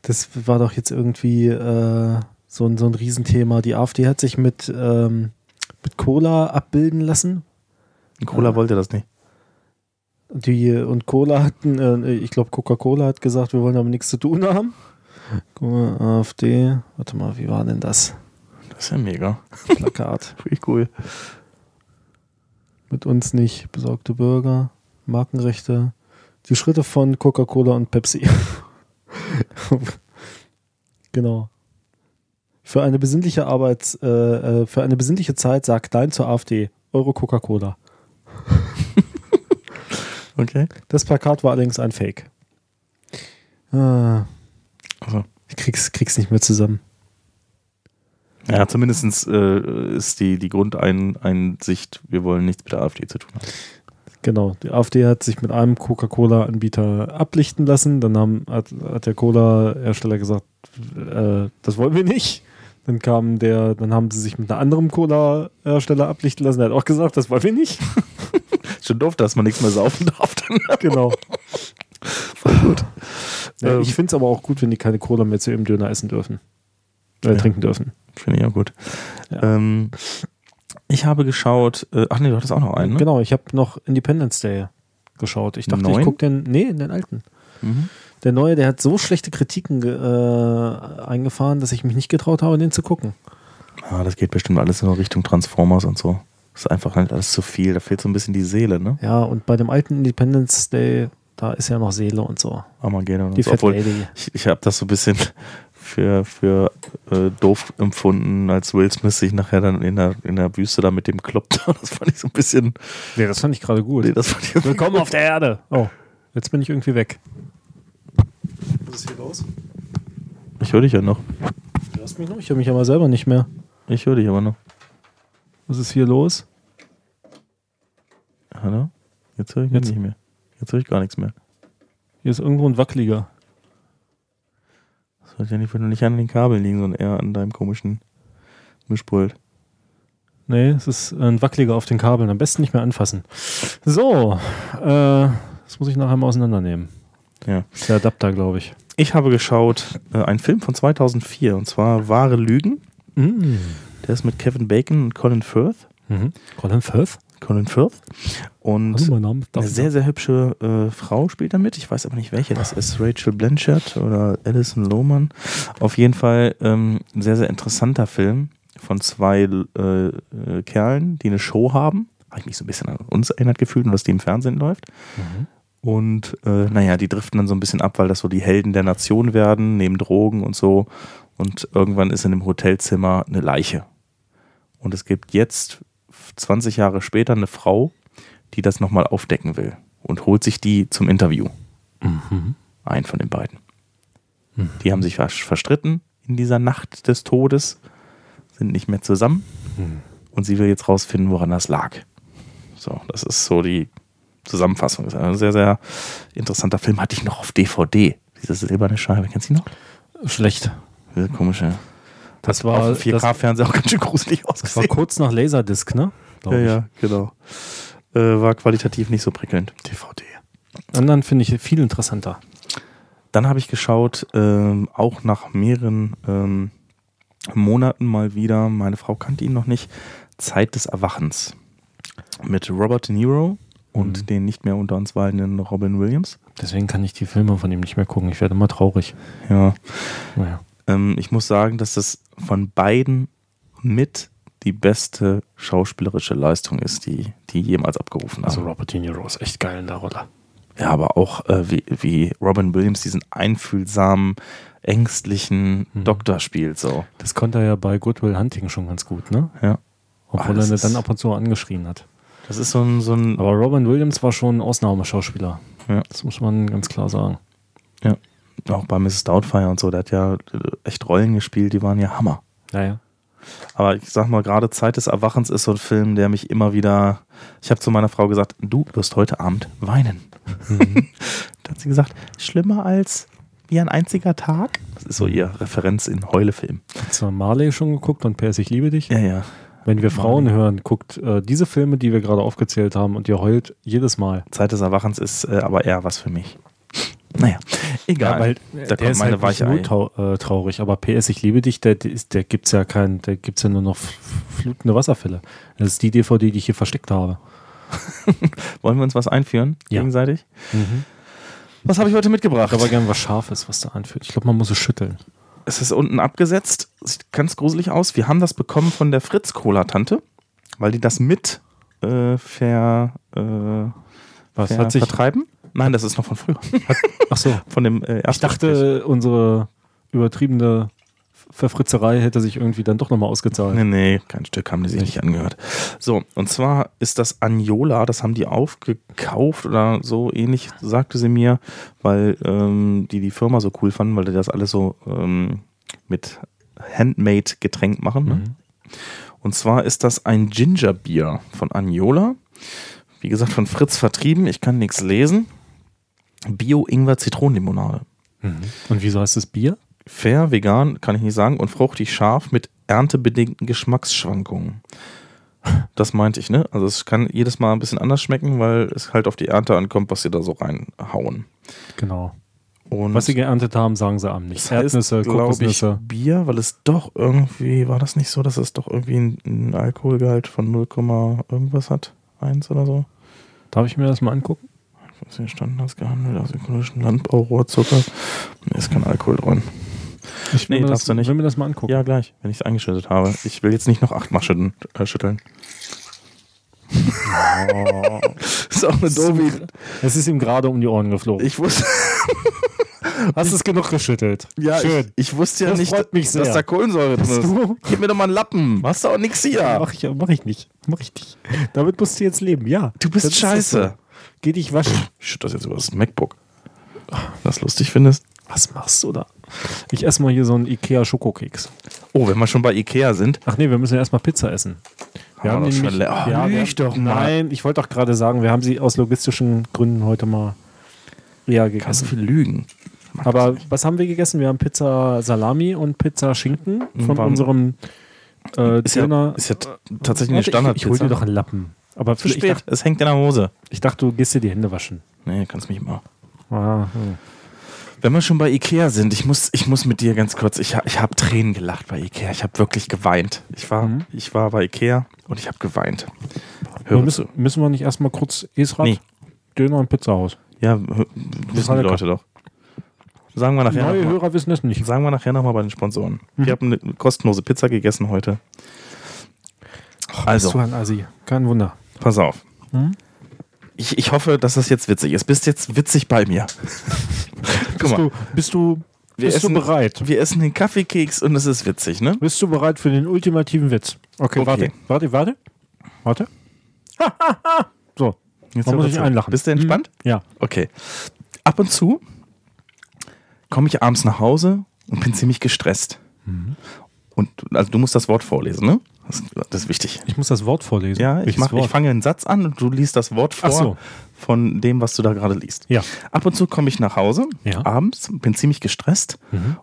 B: Das war doch jetzt irgendwie äh, so, ein, so ein Riesenthema. Die AfD hat sich mit, ähm, mit Cola abbilden lassen.
A: Und Cola
B: Ah.
A: wollte das nicht.
B: Die, und Cola hatten, äh, ich glaube, Coca-Cola hat gesagt, wir wollen damit nichts zu tun haben. Guck mal, AfD, warte mal, wie war denn das?
A: Das ist ja mega.
B: Plakat.
A: Richtig cool.
B: Mit uns nicht. Besorgte Bürger, Markenrechte, die Schritte von Coca-Cola und Pepsi. genau. Für eine besinnliche Arbeits, äh, äh, für eine besinnliche Zeit sagt Nein zur AfD. Euro Coca-Cola.
A: Okay.
B: Das Plakat war allerdings ein Fake. Ah,
A: Also,
B: ich krieg's, krieg's nicht mehr zusammen.
A: ja, zumindest äh, ist die, die Grundeinsicht, wir wollen nichts mit der AfD zu tun haben.
B: Genau, die AfD hat sich mit einem Coca-Cola-Anbieter ablichten lassen. Dann haben, hat, hat der Cola-Hersteller gesagt, äh, das wollen wir nicht. Dann kam der, dann haben sie sich mit einem anderen Cola-Hersteller ablichten lassen. Der hat auch gesagt, das wollen wir nicht.
A: Ist schon doof, dass man nichts mehr saufen darf. Dann.
B: genau. Ja,
A: Ähm.
B: Ich finde es aber auch gut, wenn die keine Cola mehr zu ihrem Döner essen dürfen. Äh,
A: Ja.
B: trinken dürfen.
A: Finde ich auch gut.
B: Ja.
A: Ähm, ich habe geschaut, äh, ach nee, du hattest auch noch einen, ne?
B: Genau, ich habe noch Independence Day geschaut. Ich dachte,
A: Neun?
B: ich gucke den, nee, den alten.
A: Mhm.
B: Der neue, der hat so schlechte Kritiken ge- äh, eingefahren, dass ich mich nicht getraut habe, den zu gucken.
A: Ah, das geht bestimmt alles in Richtung Transformers und so. Ist einfach halt alles zu viel. Da fehlt so ein bisschen die Seele, ne?
B: Ja, und bei dem alten Independence Day, da ist ja noch Seele und so.
A: Armageddon und
B: Die
A: so.
B: Fat
A: Obwohl,
B: Lady.
A: ich, ich habe das so ein bisschen für, für äh, doof empfunden, als Will Smith sich nachher dann in der, in der Wüste da mit dem kloppt. Das fand ich so ein bisschen.
B: Nee, das fand ich gerade gut.
A: Nee, das fand ich
B: Willkommen auf der Erde. Oh, jetzt bin ich irgendwie weg. Was ist hier los?
A: ich höre dich ja noch.
B: Du hörst mich noch? Ich höre mich aber selber nicht mehr.
A: Ich höre dich aber noch.
B: Was ist hier los?
A: Hallo? Jetzt höre ich
B: Jetzt.
A: jetzt nicht mehr. Jetzt höre ich gar nichts mehr.
B: Hier ist irgendwo ein Wackeliger.
A: Das hört ja nicht, wenn du nicht an den Kabeln liegen, sondern eher an deinem komischen Mischpult.
B: Nee, es ist ein Wackeliger auf den Kabeln. Am besten nicht mehr anfassen. So, äh, das muss ich nachher mal auseinandernehmen.
A: Ja.
B: Ist der Adapter, glaube ich.
A: Ich habe geschaut, äh, einen Film von 2004, und zwar Wahre Lügen. Der ist mit Kevin Bacon und Colin Firth.
B: Mhm. Colin Firth?
A: Colin Firth. Und
B: Also mein Name ist
A: Eine sehr, sehr hübsche äh, Frau spielt damit. Ich weiß aber nicht, welche das ist. Rachel Blanchard oder Alison Lohmann. Auf jeden Fall ähm, ein sehr, sehr interessanter Film von zwei äh, äh, Kerlen, die eine Show haben. Habe ich mich so ein bisschen an uns erinnert gefühlt und was die im Fernsehen läuft. Und äh, naja, die driften dann so ein bisschen ab, weil das so die Helden der Nation werden, nehmen Drogen und so. Und irgendwann ist in einem Hotelzimmer eine Leiche. Und es gibt jetzt, 20 Jahre später, eine Frau, die das nochmal aufdecken will und holt sich die zum Interview.
B: Mhm.
A: Einen von den beiden.
B: Hm.
A: Die haben sich versch- verstritten in dieser Nacht des Todes, sind nicht mehr zusammen
B: Hm.
A: und sie will jetzt rausfinden, woran das lag. So, das ist so die Zusammenfassung. Das ist ein sehr, sehr interessanter Film. Hatte ich noch auf DVD. Diese silberne Scheibe, kennst du die noch?
B: Schlecht.
A: Diese komische.
B: Das war,
A: auf dem
B: das,
A: 4K-Fernseher auch ganz schön gruselig
B: das war
A: ausgesehen.
B: kurz nach Laserdisc, ne? Glaub
A: ja,
B: ich.
A: ja, genau. Äh, war qualitativ nicht so prickelnd. DVD.
B: Anderen finde ich viel interessanter.
A: Dann habe ich geschaut, ähm, auch nach mehreren ähm, Monaten mal wieder, meine Frau kannte ihn noch nicht, Zeit des Erwachens. Mit Robert De Niro und
B: Mhm.
A: den nicht mehr unter uns weilenden Robin Williams.
B: Deswegen kann ich die Filme von ihm nicht mehr gucken. Ich werde immer traurig.
A: Ja.
B: Naja.
A: Ähm, ich muss sagen, dass das von beiden mit die beste schauspielerische Leistung ist, die, die jemals abgerufen haben.
B: Also Robert De Niro ist echt geil in der Rolle.
A: Ja, aber auch äh, wie, wie Robin Williams diesen einfühlsamen, ängstlichen
B: Mhm.
A: Doktor spielt. So.
B: Das konnte er ja bei Goodwill Hunting schon ganz gut, ne?
A: Ja. Ah,
B: Obwohl
A: das
B: er ihn
A: ist-
B: dann ab und zu angeschrien hat.
A: Das ist so ein, so ein
B: Aber Robin Williams war schon ein Ausnahmeschauspieler.
A: Ja.
B: Das muss man ganz klar sagen.
A: Ja. Auch bei Mrs. Doubtfire und so, der hat ja äh, echt Rollen gespielt, die waren ja Hammer.
B: Naja.
A: Aber ich sag mal, gerade Zeit des Erwachens ist so ein Film, der mich immer wieder. Ich habe zu meiner Frau gesagt, du wirst heute Abend weinen.
B: Mhm.
A: da hat sie gesagt, schlimmer als wie ein einziger Tag. Das ist so ihr Referenz in Heulefilm.
B: Hast du Marley schon geguckt und PS Ich liebe dich?
A: Ja, ja.
B: Wenn wir Frauen hören, guckt äh, diese Filme, die wir gerade aufgezählt haben und ihr heult jedes Mal.
A: Zeit des Erwachens ist äh, aber eher was für mich. Naja, egal. da kommt meine Weiche Ei.
B: halt nicht nur tau- äh, traurig, aber PS Ich liebe dich, der, der, ist- der gibt's ja keinen, der gibt's ja nur noch f- flutende Wasserfälle. Das ist die DVD, die ich hier versteckt habe.
A: Wollen wir uns was einführen?
B: Ja.
A: Gegenseitig?
B: Mhm.
A: Was habe ich heute mitgebracht?
B: Ich aber gern was Scharfes, was da anfühlt. Ich glaube, man muss es schütteln.
A: Es ist unten abgesetzt. Sieht ganz gruselig aus. Wir haben das bekommen von der Fritz-Cola-Tante, weil die das mit äh, ver, äh,
B: Was
A: ver
B: hat sich.
A: vertreiben. Nein, das ist noch von früher.
B: Ach so.
A: Von dem äh,
B: Ich dachte, unsere übertriebene Verfritzerei hätte sich irgendwie dann doch nochmal ausgezahlt.
A: Nee, nee, kein Stück haben die sich nicht angehört. So, und zwar ist das Agnola, das haben die aufgekauft oder so ähnlich, sagte sie mir, weil ähm, die die Firma so cool fanden, weil die das alles so ähm, mit Handmade-Getränk machen. Ne? Und zwar ist das ein Gingerbier von Agnola. Wie gesagt, von Fritz vertrieben. Ich kann nichts lesen. Bio-Ingwer-Zitronenlimonade.
B: Und wieso heißt es Bier?
A: Fair, vegan, kann ich nicht sagen, und fruchtig scharf mit erntebedingten Geschmacksschwankungen. Das meinte ich, ne? Also es kann jedes Mal ein bisschen anders schmecken, weil es halt auf die Ernte ankommt, was sie da so reinhauen.
B: Genau.
A: Und
B: Was sie geerntet haben, sagen sie am
A: das
B: nicht.
A: heißt, glaube ich,
B: Kokosnüsse.
A: Bier, weil es doch irgendwie, war das nicht so, dass es doch irgendwie einen- einen Alkoholgehalt von 0, irgendwas hat? Eins oder so?
B: Darf ich mir das mal angucken?
A: Was hier stand das gehandelt aus ökologischen Landbau, Rohrzucker? Ne, ist kein Alkohol drin.
B: Ich
A: Nee,
B: will, mir
A: darfst
B: das,
A: du nicht.
B: will mir das mal angucken.
A: Ja, gleich, wenn ich es eingeschüttet habe. Ich will jetzt nicht noch achtmal schütteln. Äh, schütteln. ist auch eine doofe.
B: Oh. Es ist ihm gerade um die Ohren geflogen.
A: Ich wusste.
B: Hast es genug geschüttelt.
A: Ja,
B: Schön.
A: Ich, ich wusste ja
B: Das
A: nicht,
B: freut mich sehr.
A: dass da Kohlensäure drin
B: du?
A: ist. Gib mir doch mal einen Lappen. Hast du auch nix hier.
B: Mach ich, mach ich nicht. Mach ich nicht. Damit musst du jetzt leben, ja.
A: Du bist
B: Das ist
A: scheiße.
B: so. Geh dich waschen.
A: Ich schütte das jetzt über das MacBook. Das lustig findest.
B: Was machst du da? Ich esse mal hier so einen Ikea-Schokokeks.
A: Oh, wenn wir schon bei Ikea sind.
B: Ach nee, wir müssen ja erstmal Pizza essen. Wir
A: Haben wir doch schon
B: nämlich-
A: le- Oh,
B: ja, wir,
A: lüg doch mal.
B: Nein, ich wollte doch gerade sagen, wir haben sie aus logistischen Gründen heute mal eher
A: Kannst du
B: gegessen.
A: viel lügen. Mag
B: Aber
A: ich nicht.
B: was haben wir gegessen? Wir haben Pizza Salami und Pizza Schinken von
A: Warum?
B: unserem äh,
A: Mhm. ist ja,
B: Döner.
A: ist ja t- tatsächlich eine
B: Warte,
A: Standard.
B: ich, ich hol dir doch einen Lappen. Aber
A: zu
B: Ich
A: spät.
B: dachte,
A: Es hängt in der Hose.
B: ich dachte, du gehst dir die Hände waschen.
A: Nee, kannst mich mal.
B: Ah, hm.
A: Wenn wir schon bei Ikea sind, ich muss, ich muss mit dir ganz kurz, ich, ha- ich habe Tränen gelacht bei Ikea. Ich habe wirklich geweint. Ich war,
B: Mhm.
A: ich war bei Ikea und ich habe geweint.
B: Wir
A: Hör
B: müssen,
A: zu.
B: müssen wir nicht erstmal kurz Esrat,
A: Nee.
B: Döner und Pizza aus?
A: Ja, hör- wissen die
B: lecker.
A: Leute doch. Sagen wir nachher
B: Neue Mhm.
A: noch mal.
B: Hörer wissen das nicht.
A: Sagen wir nachher nochmal bei den Sponsoren. Ich habe eine kostenlose Pizza gegessen heute.
B: Bist du
A: Also,
B: ein Assi? Kein Wunder.
A: pass auf.
B: Mhm.
A: Ich, ich hoffe, dass das jetzt witzig ist. Bist jetzt witzig bei mir. Guck
B: Bist
A: mal,
B: du, bist du,
A: Wir
B: bist du
A: essen-
B: bereit?
A: wir essen den Kaffeekeks und es ist witzig, ne?
B: Bist du bereit für den ultimativen Witz? Okay,
A: Okay.
B: warte, warte, warte. Warte. so,
A: Jetzt hör
B: man muss
A: mal
B: ich
A: zu.
B: einlachen. Hm.
A: Bist du entspannt?
B: Ja.
A: Okay. Ab und zu komme ich abends nach Hause und bin ziemlich gestresst.
B: Mhm.
A: Und also du musst das Wort vorlesen, ne? Das, das ist wichtig.
B: Ich muss das Wort vorlesen.
A: Ja, ich,
B: Welches
A: mach, ich
B: Wort?
A: fange einen Satz an und du liest das Wort vor
B: Ach so.
A: von dem, was du da gerade liest.
B: Ja.
A: Ab und zu komme ich nach Hause,
B: Ja. Mhm.
A: abends, bin ziemlich gestresst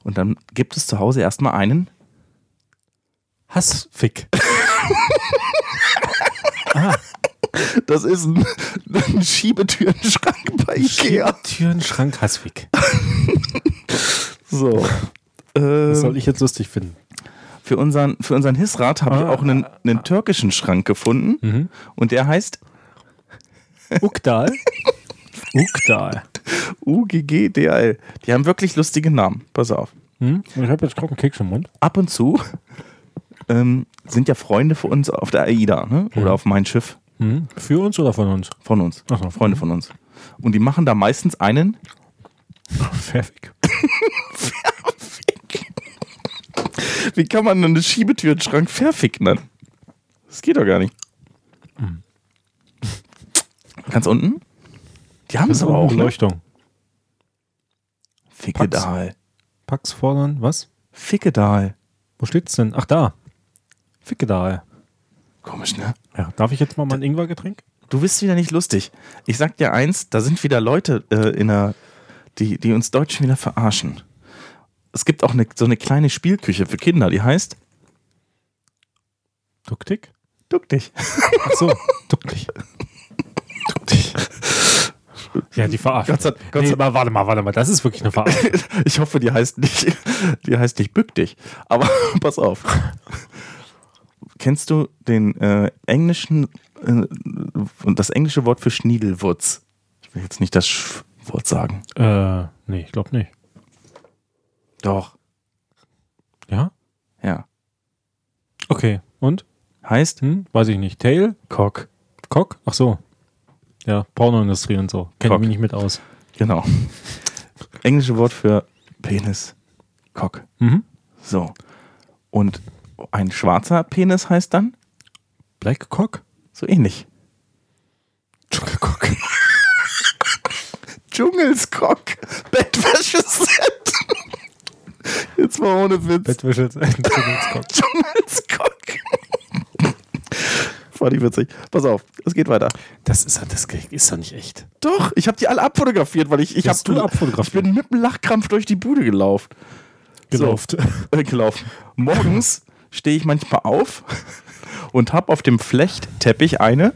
A: und dann gibt es zu Hause erstmal einen.
B: Hassfick.
A: Das ist ein, ein Schiebetürenschrank bei Ikea.
B: Türenschrank Hassfick.
A: Ähm. So.
B: Das
A: Ähm,
B: soll ich jetzt lustig finden.
A: für unseren, für unseren Hissrat habe ich auch einen, einen türkischen Schrank gefunden und der heißt
B: Ukdal. Ukdal.
A: UGGDL. Die haben wirklich lustige Namen. Pass auf.
B: Hm? Ich habe jetzt trocken Keks im Mund.
A: ab und zu ähm, sind ja Freunde von uns auf der AIDA ne? oder auf mein Schiff
B: Hm? Für uns oder von uns?
A: von uns.
B: Ach so.
A: Freunde von uns. Und die machen da meistens einen.
B: Pfeffig.
A: Wie kann man denn eine Schiebetür in den Schrank verfick nennen? Das geht doch gar nicht. Ganz unten? Die haben es aber auch. Ne?
B: Beleuchtung.
A: Fickedal.
B: Pax fordern, was?
A: Fickedal.
B: Wo steht's denn? Ach, da. Fickedal.
A: Komisch, ne?
B: Ja, darf ich jetzt mal mein Ingwergetränk?
A: Du bist wieder nicht lustig. Ich sag dir eins, da sind wieder Leute äh, in der, die, die uns Deutschen wieder verarschen. Es gibt auch eine, so eine kleine Spielküche für Kinder, die heißt
B: Duktik?
A: Duck dich.
B: Ach so, duck dich. Duck dich. Ja, die verarschen.
A: Gott sei- Gott sei-
B: aber warte mal, warte mal, das ist wirklich eine Verarschung.
A: Ich hoffe, die heißt nicht, die heißt nicht Bück dich. Aber pass auf. Kennst du den äh, englischen, äh, das englische Wort für Schniedelwurz? Ich will jetzt nicht das Sch Wort sagen.
B: äh, nee, ich glaube nicht.
A: Doch.
B: Ja?
A: Ja.
B: Okay, und?
A: Heißt
B: Hm? Weiß ich nicht. Tail?
A: Cock.
B: Cock? Ach so. Ja, Pornoindustrie und so. Kenn ich
A: Cock.
B: mich nicht mit aus.
A: Genau. Englische Wort für Penis. Cock.
B: Mhm.
A: So. Und ein schwarzer Penis heißt dann
B: Black Cock?
A: so ähnlich.
B: Dschungelcock.
A: Dschungelskock. Bettwäscheset. Jetzt mal ohne Witz.
B: Bettwäsche. Dschungelcock.
A: Dschungelskock. War die witzig. Pass auf, es geht weiter.
B: Das ist, das ist doch nicht echt.
A: Doch, ich habe die alle abfotografiert, weil ich ich
B: Hast
A: hab-
B: du abfotografiert? Genau,
A: Ich bin mit dem Lachkrampf durch die Bude gelaufen.
B: Gelauft.
A: So, äh, gelaufen. Morgens stehe ich manchmal auf und habe auf dem Flechtteppich eine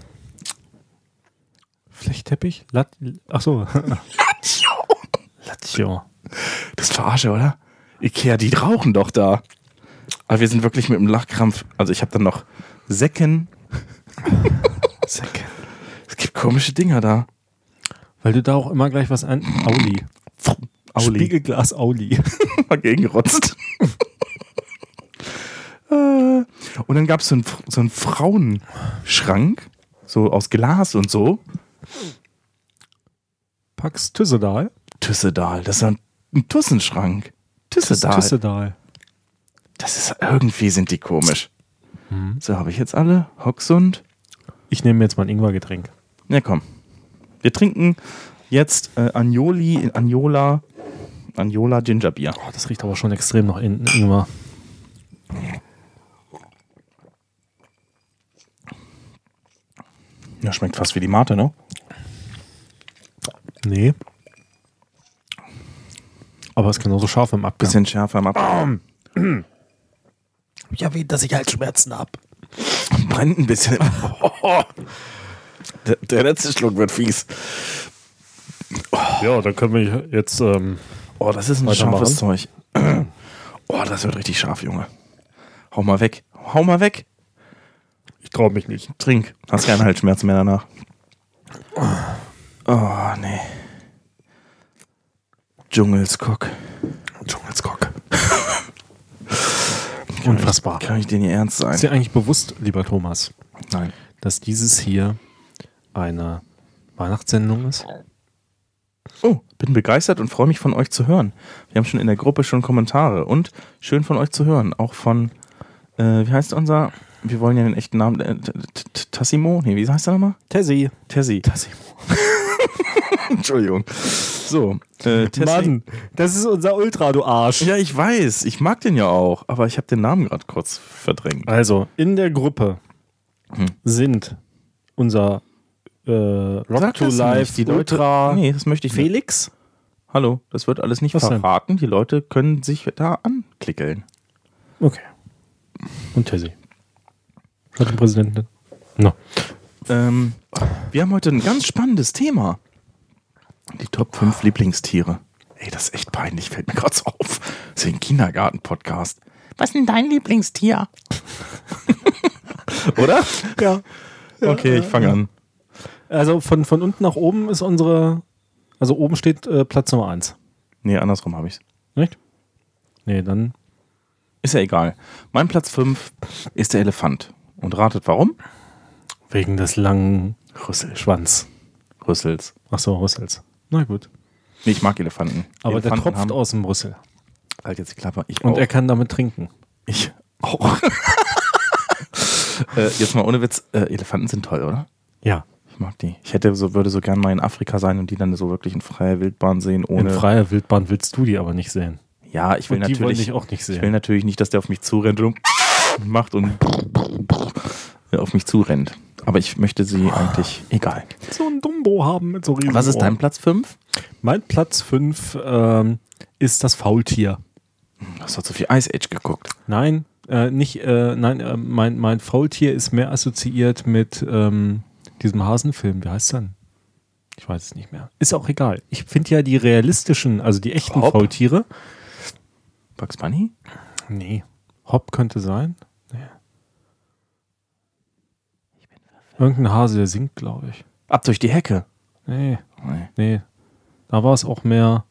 B: Flechtteppich? Lat Ach so. Latio.
A: Das verarsche, oder? Ikea, die rauchen doch da. Aber wir sind wirklich mit dem Lachkrampf. Also ich habe dann noch Säcken.
B: Zack.
A: Es gibt komische Dinger da.
B: Weil du da auch immer gleich was an. Auli.
A: Auli.
B: Spiegelglas Auli.
A: mal gegengerotzt. Äh, und dann gab es so einen Fr- so einen Frauenschrank, so aus Glas und so.
B: Pax Tüssedal.
A: Tüssedal, das ist ein ein Tussenschrank. Tüssedal.
B: Tüssedal.
A: Das ist irgendwie sind die komisch. So habe ich jetzt alle. Hoxund.
B: Ich nehme mir jetzt mal ein Ingwergetränk.
A: Ja, komm. Wir trinken jetzt äh, Agnoli, Agnola, Agnola Ginger Beer.
B: Oh, das riecht aber schon extrem nach In- Ingwer.
A: Ja, schmeckt fast wie die Mate, ne?
B: Nee. Aber es ist genauso scharf im Abgang.
A: Bisschen schärfer am Abgang.
B: Ich erwähnt, dass ich
A: halt
B: Halsschmerzen habe.
A: Brennt ein bisschen. Der, der letzte Schluck wird fies.
B: Ja, dann können wir jetzt. Ähm,
A: Oh, das ist ein
B: Weitermachen.
A: scharfes Zeug. Oh, das wird richtig scharf, Junge. Hau mal weg. Hau mal weg.
B: ich traue mich nicht.
A: Trink. Hast keine Halsschmerzen mehr danach. Oh, nee. Dschungelskock.
B: Dschungelskock. Unfassbar.
A: Kann ich dir nicht ernst sein?
B: Ist dir eigentlich bewusst, lieber Thomas,
A: Nein.
B: dass dieses hier eine Weihnachtssendung ist?
A: Oh, bin begeistert und freue mich von euch zu hören. Wir haben schon in der Gruppe schon Kommentare und schön von euch zu hören. Auch von, äh, wie heißt unser, wir wollen ja den echten Namen, äh, T- T- T- Tassimo, nee, wie heißt er nochmal?
B: Tessie.
A: Tessi.
B: Tessie.
A: Entschuldigung. So, äh, Tessi.
B: das ist unser Ultra, du Arsch.
A: Ja, ich weiß, ich mag den ja auch, aber ich habe den Namen gerade kurz verdrängt.
B: Also, in der Gruppe
A: Hm.
B: sind unser äh, Rock
A: Sag
B: to
A: das
B: Life,
A: nicht, die Leute-
B: Ultra
A: Nee, das möchte ich nicht.
B: Felix.
A: Hallo, das wird alles nicht
B: Was denn?
A: verraten. Die Leute können sich da anklickeln.
B: Okay. Und Tessie. Schattenpräsidentin. No.
A: Ähm, wir haben heute ein ganz spannendes Thema. Die Top 5 Lieblingstiere. Ey, das ist echt peinlich, fällt mir gerade so auf. Das ist ja ein Kindergarten-Podcast. Was ist denn dein Lieblingstier? Oder?
B: Ja.
A: Okay, ich fange an.
B: Also von, von unten nach oben ist unsere. Also oben steht äh, Platz Nummer 1.
A: Nee, andersrum habe ich's.
B: Nicht? Nee, dann.
A: Ist ja egal. Mein Platz 5 ist der Elefant. Und ratet warum?
B: Wegen des langen Schwanz.
A: Rüssels.
B: Achso, Rüssels. Na gut.
A: Nee, ich mag Elefanten.
B: Aber der
A: Elefanten
B: tropft
A: haben-
B: aus dem Rüssel.
A: Halt jetzt die Klappe. Ich
B: Und
A: auch.
B: er kann damit trinken.
A: Ich auch. äh, jetzt mal ohne Witz, äh, Elefanten sind toll, oder?
B: Ja.
A: Ich mag die. Ich hätte so, würde so gern mal in Afrika sein und die dann so wirklich in freier Wildbahn sehen,
B: In
A: ohne.
B: freier Wildbahn willst du die aber nicht sehen.
A: ja, ich will
B: Und die wollte
A: natürlich.
B: ich auch nicht
A: ich will
B: sehen.
A: natürlich nicht, dass der auf mich zurennt und macht und auf mich zurennt. Aber ich möchte sie eigentlich. Egal.
B: so ein Dumbo haben mit so riesen
A: Was ist dein Platz 5?
B: Mein Platz 5 ähm, ist das Faultier.
A: Du hast doch zu viel Ice Age geguckt.
B: Nein, äh, nicht, äh, nein, äh, mein, mein Faultier ist mehr assoziiert mit ähm, diesem Hasenfilm. Wie heißt denn? Ich weiß es nicht mehr. Ist auch egal. Ich finde ja die realistischen, also die echten
A: Hopp.
B: Faultiere.
A: Bugs Bunny?
B: Nee. Hopp könnte sein. Nee. Irgendein Hase, der singt, glaube ich.
A: Ab durch die Hecke.
B: Nee,
A: Nee.
B: nee. Da war es auch mehr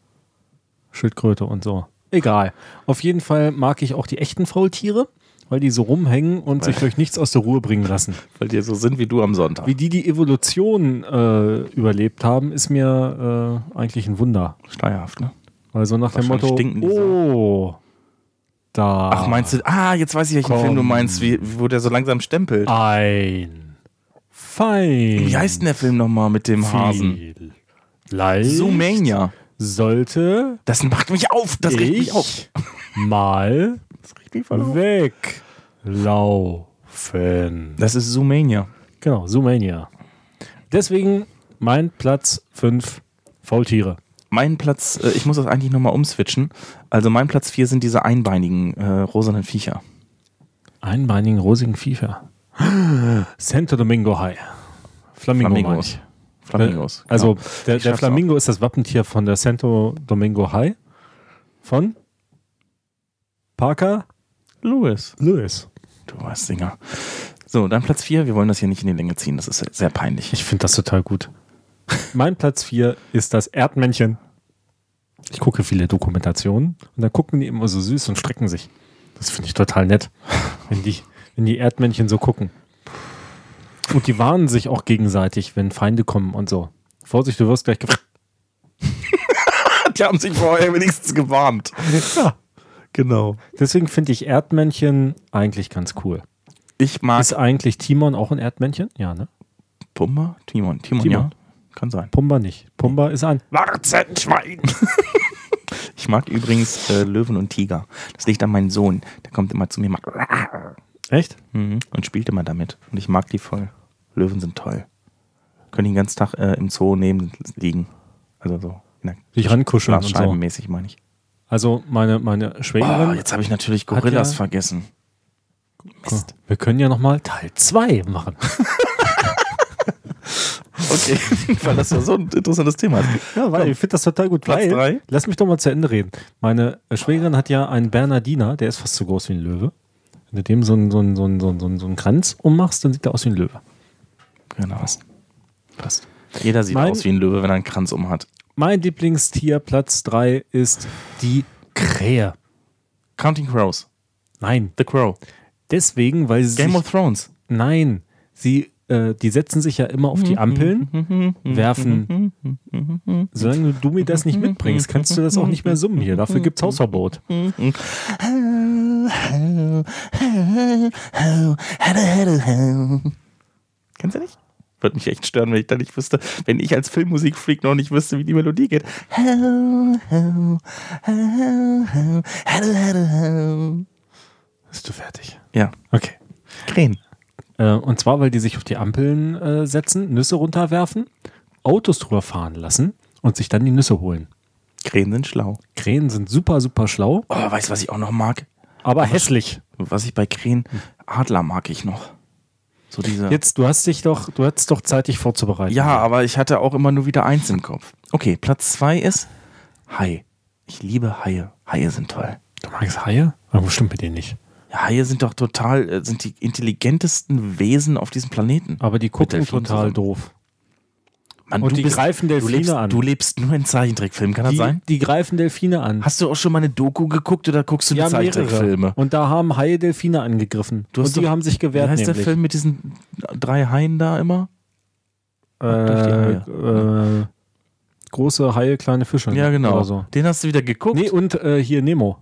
B: Schildkröte und so. Egal. Auf jeden Fall mag ich auch die echten Faultiere, weil die so rumhängen und sich durch nichts aus der Ruhe bringen lassen.
A: Weil die so sind wie du am Sonntag.
B: Wie die die Evolution äh, überlebt haben, ist mir äh, eigentlich ein Wunder.
A: Steierhaft, ne?
B: Weil so nach dem
A: Wahrscheinlich
B: Motto,
A: stinken die so.
B: oh, da
A: Ach, meinst du, ah, jetzt weiß ich, welchen
B: Komm.
A: Film du meinst, wie, wo der so langsam stempelt.
B: ein Fein.
A: Wie heißt denn der Film nochmal mit dem Hasen?
B: Viel. Leicht
A: Zoomania.
B: sollte
A: Das macht mich auf, das regt mich
B: ich
A: auf.
B: mal
A: Das regt mich voll auf.
B: weglaufen.
A: Das ist Zoomania.
B: Genau, Zoomania. Deswegen mein Platz 5, Faultiere.
A: Mein Platz, äh, ich muss das eigentlich nochmal umswitchen. Also mein Platz 4 sind diese einbeinigen äh, rosanen Viecher.
B: Einbeinigen rosigen Viecher. Santo Domingo High. Flamingo. meine ich.
A: Flamingos.
B: Äh, Also
A: genau.
B: der,
A: Ich
B: der
A: schaff's
B: Flamingo ist das Wappentier von der Santo Domingo High. Von Parker
A: auch. Louis.
B: Lewis.
A: Du warst Singer. So, dann Platz 4. Wir wollen das hier nicht in die Länge ziehen. Das ist sehr peinlich.
B: Ich finde das total gut. mein Platz 4 ist das Erdmännchen. Ich gucke viele Dokumentationen und dann gucken die immer so süß und strecken sich. Das finde ich total nett, wenn die, wenn die Erdmännchen so gucken. Und die warnen sich auch gegenseitig, wenn Feinde kommen und so. Vorsicht, du wirst gleich gefressen.
A: Die haben sich vorher wenigstens gewarnt.
B: Ja.
A: Genau.
B: Deswegen finde ich Erdmännchen eigentlich ganz cool.
A: Ich mag
B: Ist eigentlich Timon auch ein Erdmännchen? Ja, ne?
A: Pumba? Timon. Timon, ja.
B: Timon.
A: Kann sein.
B: Pumba nicht. Pumba ist ein.
A: Warzenschwein. Ich mag übrigens äh, Löwen und Tiger. Das liegt an meinem Sohn. Der kommt immer zu mir macht
B: Echt?
A: mhm. und spielt immer damit. Und ich mag die voll. Löwen sind toll. Können den ganzen Tag äh, im Zoo neben liegen. Also so. in der
B: Sich rankuscheln und so.
A: Glasscheibenmäßig meine ich.
B: Also meine, meine
A: Oh,
B: Schwägerin.
A: jetzt habe ich natürlich Gorillas
B: Hat ja-
A: vergessen. Mist.
B: wir können ja nochmal Teil 2 machen.
A: Okay, weil das war so ein interessantes Thema.
B: Ja, weil ich finde das total gut.
A: Platz
B: weil,
A: drei.
B: Lass mich doch mal zu Ende reden. Meine äh, Schwägerin hat ja einen Bernardiner, der ist fast so groß wie ein Löwe. Wenn du dem so einen, so einen, so einen, so einen, so einen, so einen Kranz ummachst, dann sieht er aus wie ein Löwe.
A: Genau.
B: Passt.
A: Jeder sieht
B: Mein-
A: aus wie ein Löwe, wenn er einen Kranz um hat.
B: Mein Lieblingstier, Platz 3, ist die Krähe.
A: Counting Crows.
B: Nein,
A: The Crow.
B: deswegen, weil sie
A: Game
B: sich
A: of Thrones.
B: Nein, sie, äh, die setzen sich ja immer auf die Ampeln,
A: Mhm.
B: werfen. Solange du mir das nicht mitbringst, kannst du das auch nicht mehr summen hier. Dafür gibt's Hausverbot.
A: Kennst du nicht? Würde mich echt stören, wenn ich da nicht wüsste, wenn ich als Filmmusikfreak noch nicht wüsste, wie die Melodie geht.
B: Bist du fertig?
A: Ja,
B: Okay.
A: Krähen.
B: Äh, und zwar, weil die sich auf die Ampeln äh, setzen, Nüsse runterwerfen, Autos drüber fahren lassen und sich dann die Nüsse holen.
A: Krähen sind schlau.
B: Krähen sind super, super schlau,
A: Oh, weißt du, was ich auch noch mag?
B: aber hässlich.
A: Was ich bei Krähen, Adler mag ich noch. So diese.
B: Jetzt, du hast dich doch, du hattest doch Zeit, dich vorzubereiten.
A: Ja, aber ich hatte auch immer nur wieder eins im Kopf. Okay, Platz zwei ist Hai. Ich liebe Haie. Haie sind toll.
B: Du magst Haie? Aber stimmt mit denen nicht.
A: Ja, Haie sind doch total, äh, sind die intelligentesten Wesen auf diesem Planeten.
B: Aber die gucken
A: Delfinen
B: total
A: zusammen.
B: doof.
A: Mann,
B: und die greifen
A: du
B: Delfine
A: lebst,
B: an.
A: Du lebst nur in Zeichentrickfilmen, kann das
B: die,
A: sein?
B: die greifen Delfine an.
A: Hast du auch schon mal eine Doku geguckt oder guckst du die
B: ja, mehrere.
A: Zeichentrickfilme?
B: Und da haben Haie Delfine angegriffen.
A: Du hast
B: und die
A: doch-
B: haben sich
A: Wie
B: gewehrt.
A: heißt der
B: nämlich.
A: Film mit diesen drei Haien da immer? Durch die
B: Äh, äh, große Haie, kleine Fische.
A: Ja, genau.
B: Oder so.
A: Den hast du wieder geguckt?
B: Nee, und äh, hier Nemo.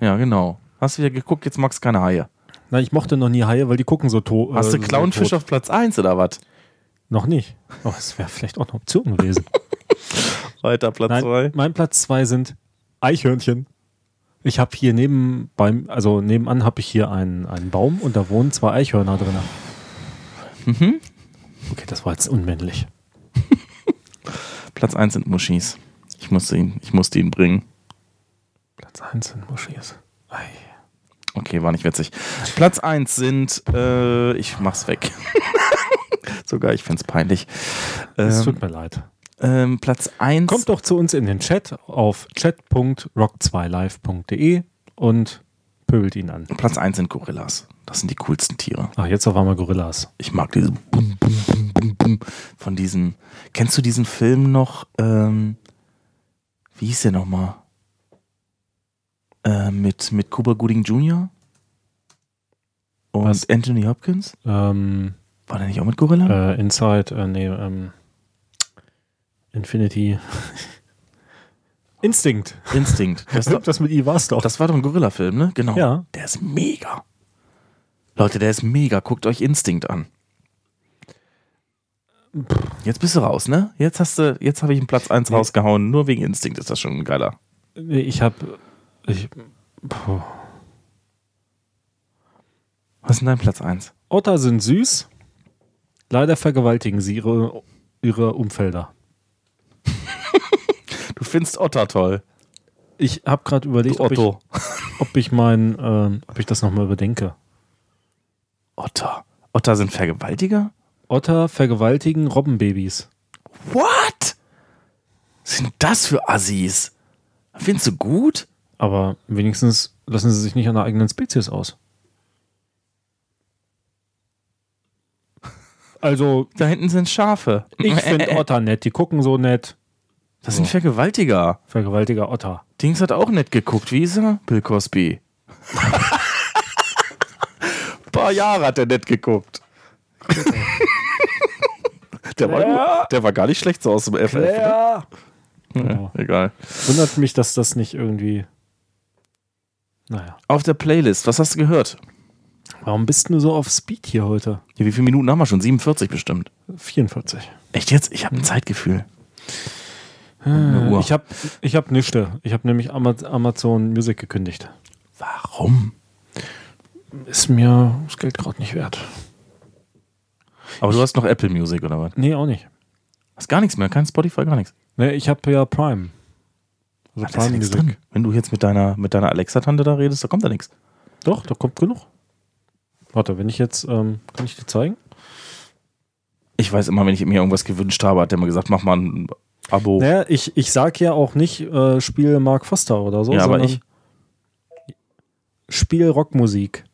A: Ja, genau. Hast du wieder geguckt, jetzt magst du keine Haie.
B: Nein, ich mochte noch nie Haie, weil die gucken so to
A: Hast
B: äh,
A: du Clownfisch
B: so tot.
A: auf Platz eins oder was?
B: Noch nicht. Oh, das wäre vielleicht auch eine Option gewesen.
A: Weiter, Platz
B: Nein,
A: zwei.
B: mein Platz zwei sind Eichhörnchen. Ich habe hier neben beim, also nebenan habe ich hier einen, einen Baum und da wohnen zwei Eichhörner drin.
A: Mhm.
B: Okay, das war jetzt unmännlich.
A: Platz 1 sind Muschis. Ich musste ihn, ich musste ihn bringen.
B: Platz eins sind Muschis. Ei.
A: Okay, war nicht witzig. Platz 1 sind, äh, ich mach's weg. Sogar ich find's peinlich.
B: Es
A: Ähm,
B: tut mir leid.
A: ähm, Platz 1.
B: Kommt doch zu uns in den Chat auf chat.rock2live.de und pöbelt ihn an.
A: Platz 1 sind Gorillas. Das sind die coolsten Tiere.
B: Ach, jetzt auf einmal Gorillas.
A: Ich mag diese Bum, Bum, Bum, Bum, Bum von diesen. Kennst du diesen Film noch? Ähm, wie hieß der nochmal? Äh, mit, mit Cuba Gooding Jr. und
B: Was?
A: Anthony Hopkins?
B: Ähm,
A: War der nicht auch mit Gorilla?
B: äh, Inside, äh, nee, ähm, Infinity. Instinct.
A: Instinkt. Das, ist doch-
B: Das mit I war es doch.
A: das war doch ein Gorilla-Film, ne? Genau.
B: Ja.
A: Der ist mega. Leute, der ist mega. Guckt euch Instinkt an. Jetzt bist du raus, ne? Jetzt hast du, jetzt habe ich einen Platz 1 rausgehauen. Nur wegen Instinkt ist das schon ein geiler.
B: Nee, ich habe ich, puh.
A: Was ist denn dein Platz 1?
B: Otter sind süß. Leider vergewaltigen sie ihre, ihre Umfelder.
A: Du findest Otter toll.
B: Ich habe gerade überlegt,
A: Du
B: ob ich,
A: Otto.
B: ob ich mein, ähm, ob ich das nochmal überdenke.
A: Otter. Otter sind Vergewaltiger?
B: Otter vergewaltigen Robbenbabys.
A: What? Sind das für Assis? Findest du gut?
B: Aber wenigstens lassen sie sich nicht an der eigenen Spezies aus. Also,
A: Da hinten sind Schafe.
B: ich finde Otter nett. Die gucken so nett.
A: Das sind Vergewaltiger.
B: Vergewaltiger Otter.
A: Dings hat auch nett geguckt. Wie ist er? Bill Cosby. Ein paar Jahre hat er nett geguckt. der, war, der war gar nicht schlecht so aus dem FF.
B: Ja. Genau.
A: Egal.
B: Wundert mich, dass das nicht irgendwie. Naja.
A: Auf der Playlist, was hast du gehört?
B: Warum bist du so auf Speed hier heute?
A: Ja, wie viele Minuten haben wir schon? 47 bestimmt.
B: 44.
A: Echt jetzt? Ich habe ein Zeitgefühl. Eine Uhr.
B: Ich habe ich hab nüchte. Ich habe nämlich Ama- Amazon Music gekündigt.
A: Warum?
B: Ist mir das Geld gerade nicht wert.
A: Aber du hast noch Apple Music oder was?
B: Nee, auch nicht.
A: Hast gar nichts mehr, kein Spotify, gar nichts.
B: Nee, ich habe ja Prime. Also
A: Ah, da ist ja nichts drin. Wenn du jetzt mit deiner, mit deiner Alexa-Tante da redest, da kommt da nichts.
B: Doch, da kommt genug. Warte, wenn ich jetzt, ähm, kann ich dir zeigen?
A: Ich weiß immer, wenn ich mir irgendwas gewünscht habe, hat der immer gesagt, mach mal ein Abo.
B: Naja, ich, ich sag ja auch nicht, äh, spiel Mark Foster oder so.
A: Ja, aber
B: sondern Spiel Rockmusik.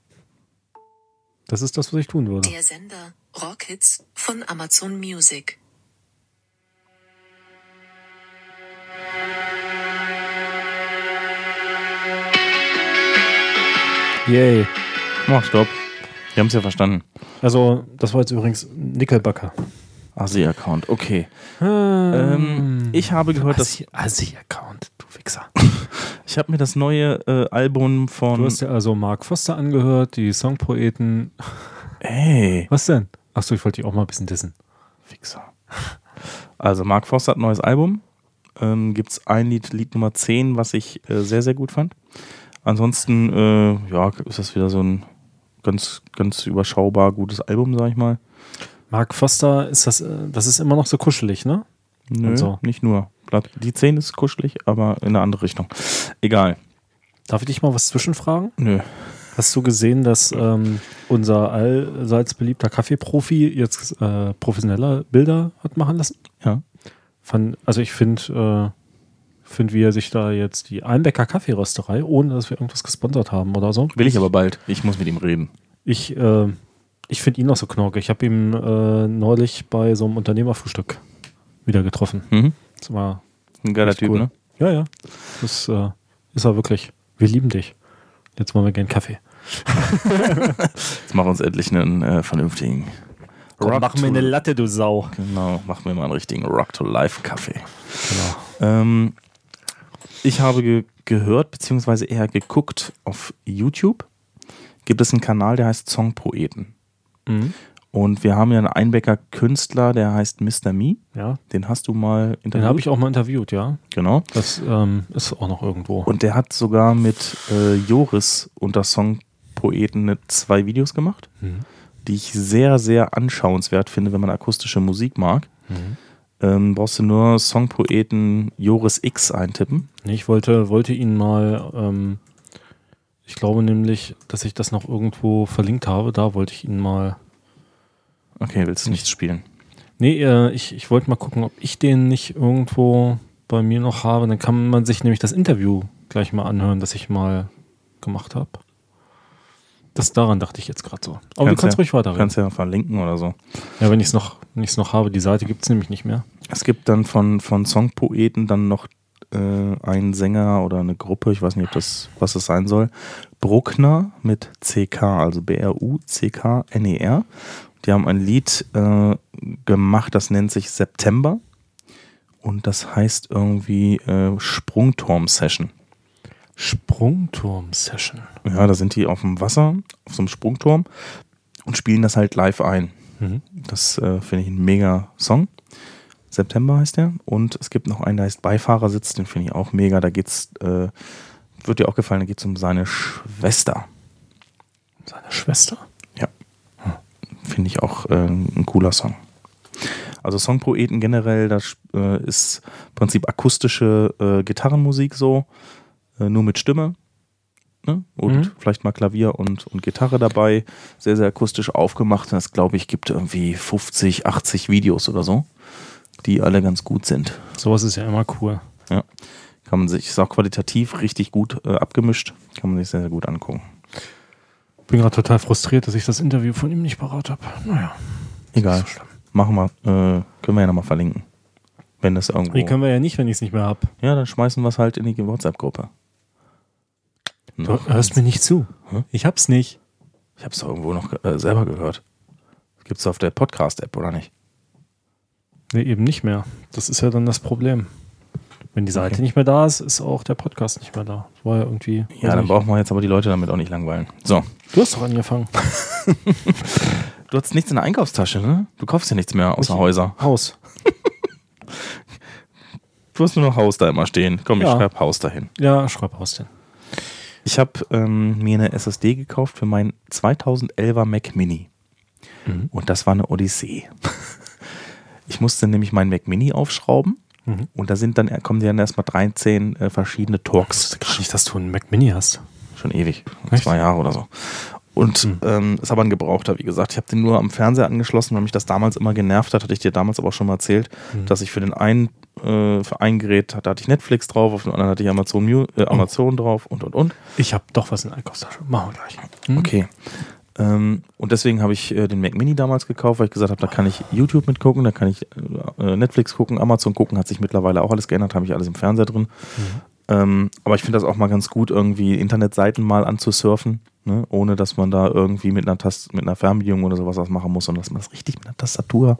B: Das ist das, was ich tun würde.
E: Der Sender Rockhits von Amazon Music.
B: Yay.
A: Mach Stopp. Wir haben es ja verstanden.
B: Also, das war jetzt übrigens Nickelbacker.
A: ASI-Account, okay. Ähm, ich habe gehört, dass
B: Assi-Account, du Wichser.
A: ich habe mir das neue äh, Album
B: Du
A: von.
B: hast ja also Mark Foster angehört, die Songpoeten.
A: Ey,
B: Was denn? Achso, ich wollte dich auch mal ein bisschen dissen.
A: Fixer. Also, Mark Forster hat ein neues Album. Ähm, Gibt es ein Lied, Lied Nummer 10, was ich äh, sehr, sehr gut fand. Ansonsten, äh, ja, ist das wieder so ein ganz, ganz überschaubar gutes Album, sag ich mal.
B: Mark Foster ist das, äh, das ist immer noch so kuschelig, ne?
A: Nö,
B: Und so.
A: nicht nur. Blatt- Die 10 ist kuschelig, aber in eine andere Richtung. Egal.
B: Darf ich dich mal was zwischenfragen?
A: Nö.
B: Hast du gesehen, dass ähm, unser allseits beliebter Kaffeeprofi jetzt äh, professionelle Bilder hat machen lassen?
A: Ja.
B: Von, also ich finde, äh, find, wie er sich da jetzt die Einbecker Kaffeerösterei, ohne dass wir irgendwas gesponsert haben oder so.
A: Will ich aber bald. Ich muss mit ihm reden.
B: Ich, äh, ich finde ihn auch so knorkig. Ich habe ihn äh, neulich bei so einem Unternehmerfrühstück wieder getroffen.
A: Mhm.
B: Das war
A: Ein geiler Typ,
B: cool.
A: ne?
B: Ja, ja. Das äh, ist er wirklich. Wir lieben dich. Jetzt machen wir gern Kaffee.
A: Jetzt machen wir uns endlich einen äh, vernünftigen Rock to-
B: Latte, du Sau.
A: Genau, machen wir mal einen richtigen Rock to Life Kaffee.
B: Genau.
A: Ähm, ich habe ge gehört, beziehungsweise eher geguckt auf YouTube, gibt es einen Kanal, der heißt Songpoeten.
B: Mhm.
A: Und wir haben ja einen Einbecker Künstler, der heißt Mr. Me.
B: Ja,
A: Den hast du mal
B: den
A: interviewt.
B: habe ich auch mal interviewt, ja.
A: Genau.
B: Das ähm, ist auch noch irgendwo.
A: Und der hat sogar mit äh, Joris unter Songpoeten ne- zwei Videos gemacht, die ich sehr, sehr anschauenswert finde, wenn man akustische Musik mag. Ähm, brauchst du nur Songpoeten Joris X eintippen.
B: Nee, ich wollte, wollte ihn mal, ähm, ich glaube nämlich, dass ich das noch irgendwo verlinkt habe. Da wollte ich ihn mal.
A: Okay, willst du nichts spielen?
B: Nee, äh, ich, ich wollte mal gucken, ob ich den nicht irgendwo bei mir noch habe. Dann kann man sich nämlich das Interview gleich mal anhören, das ich mal gemacht habe. Das daran dachte ich jetzt gerade so. Aber du
A: ja,
B: kannst ruhig weiterreden.
A: Kannst ja verlinken oder so.
B: Ja, wenn ich es noch, wenn ich's noch habe, die Seite gibt es nämlich nicht mehr.
A: Es gibt dann von, von Songpoeten dann noch äh, einen Sänger oder eine Gruppe, ich weiß nicht, ob das, was das sein soll. Bruckner mit CK, also B-R-U-C-K-N-E-R. E Die haben ein Lied äh, gemacht, das nennt sich September. Und das heißt irgendwie äh, Sprungturm-Session.
B: Sprungturm-Session.
A: Ja, da sind die auf dem Wasser, auf so einem Sprungturm und spielen das halt live ein.
B: Mhm.
A: Das äh, finde ich ein mega Song. September heißt der. Und es gibt noch einen, der heißt Beifahrersitz, den finde ich auch mega. Da geht's, äh, wird dir auch gefallen, da geht's um seine Schwester.
B: Seine Schwester.
A: Finde ich auch äh, ein cooler Song. Also Songpoeten generell, das äh, ist im Prinzip akustische äh, Gitarrenmusik so, äh, nur mit Stimme. Ne? Und
B: Mhm.
A: vielleicht mal Klavier und, und Gitarre dabei. Sehr, sehr akustisch aufgemacht. Das glaube ich gibt irgendwie 50, 80 Videos oder so, die alle ganz gut sind.
B: Sowas ist ja immer cool.
A: Kann man sich, ist auch qualitativ richtig gut äh, abgemischt. Kann man sich sehr, sehr gut angucken.
B: Bin gerade total frustriert, dass ich das Interview von ihm nicht parat habe. Naja.
A: Egal. Machen wir, äh, können wir ja nochmal verlinken. Wenn das irgendwo.
B: Die können wir ja nicht, wenn ich es nicht mehr habe.
A: Ja, dann schmeißen wir es halt in die WhatsApp-Gruppe.
B: Du
A: Noch-
B: hörst mir nicht zu.
A: Hä?
B: Ich hab's nicht.
A: Ich hab's doch irgendwo noch äh, selber gehört. Gibt's auf der Podcast-App, oder nicht?
B: Nee, eben nicht mehr. Das ist ja dann das Problem. Wenn die Seite nicht mehr da ist, ist auch der Podcast nicht mehr da. Das war ja irgendwie.
A: Ja, dann brauchen wir jetzt aber die Leute damit auch nicht langweilen. So,
B: Du hast doch angefangen.
A: du hast nichts in der Einkaufstasche, ne? Du kaufst ja nichts mehr außer Häuser.
B: Haus.
A: Du hast nur noch Haus da immer stehen. Komm, ich
B: Ja.
A: schreib Haus dahin.
B: Ja, schreib Haus denn.
A: Ich habe ähm, mir eine SSD gekauft für meinen 2011er Mac Mini. Und das war eine Odyssee. Ich musste nämlich meinen Mac Mini aufschrauben. Und da sind dann, kommen dann erstmal 13 äh, verschiedene Torx.
B: Gar nicht, dass du einen Mac Mini hast.
A: Schon ewig.
B: Echt?
A: Zwei Jahre oder so. Und ähm, ist aber ein Gebrauchter, wie gesagt. Ich habe den nur am Fernseher angeschlossen, weil mich das damals immer genervt hat. Hatte ich dir damals aber auch schon mal erzählt, dass ich für den einen, äh, für ein Gerät, da hatte ich Netflix drauf, auf dem anderen hatte ich Amazon, Mu- äh, Amazon drauf und und und.
B: Ich habe doch was in der Einkaufstasche. Machen wir gleich. Hm?
A: Okay. Ähm, und deswegen habe ich äh, den Mac Mini damals gekauft, weil ich gesagt habe, da kann ich YouTube mitgucken, da kann ich äh, Netflix gucken, Amazon gucken, hat sich mittlerweile auch alles geändert, habe ich alles im Fernseher drin. Ähm, aber ich finde das auch mal ganz gut, irgendwie Internetseiten mal anzusurfen, ne? ohne dass man da irgendwie mit einer, Tast mit einer Fernbedienung oder sowas was machen muss, sondern dass man das richtig mit einer Tastatur,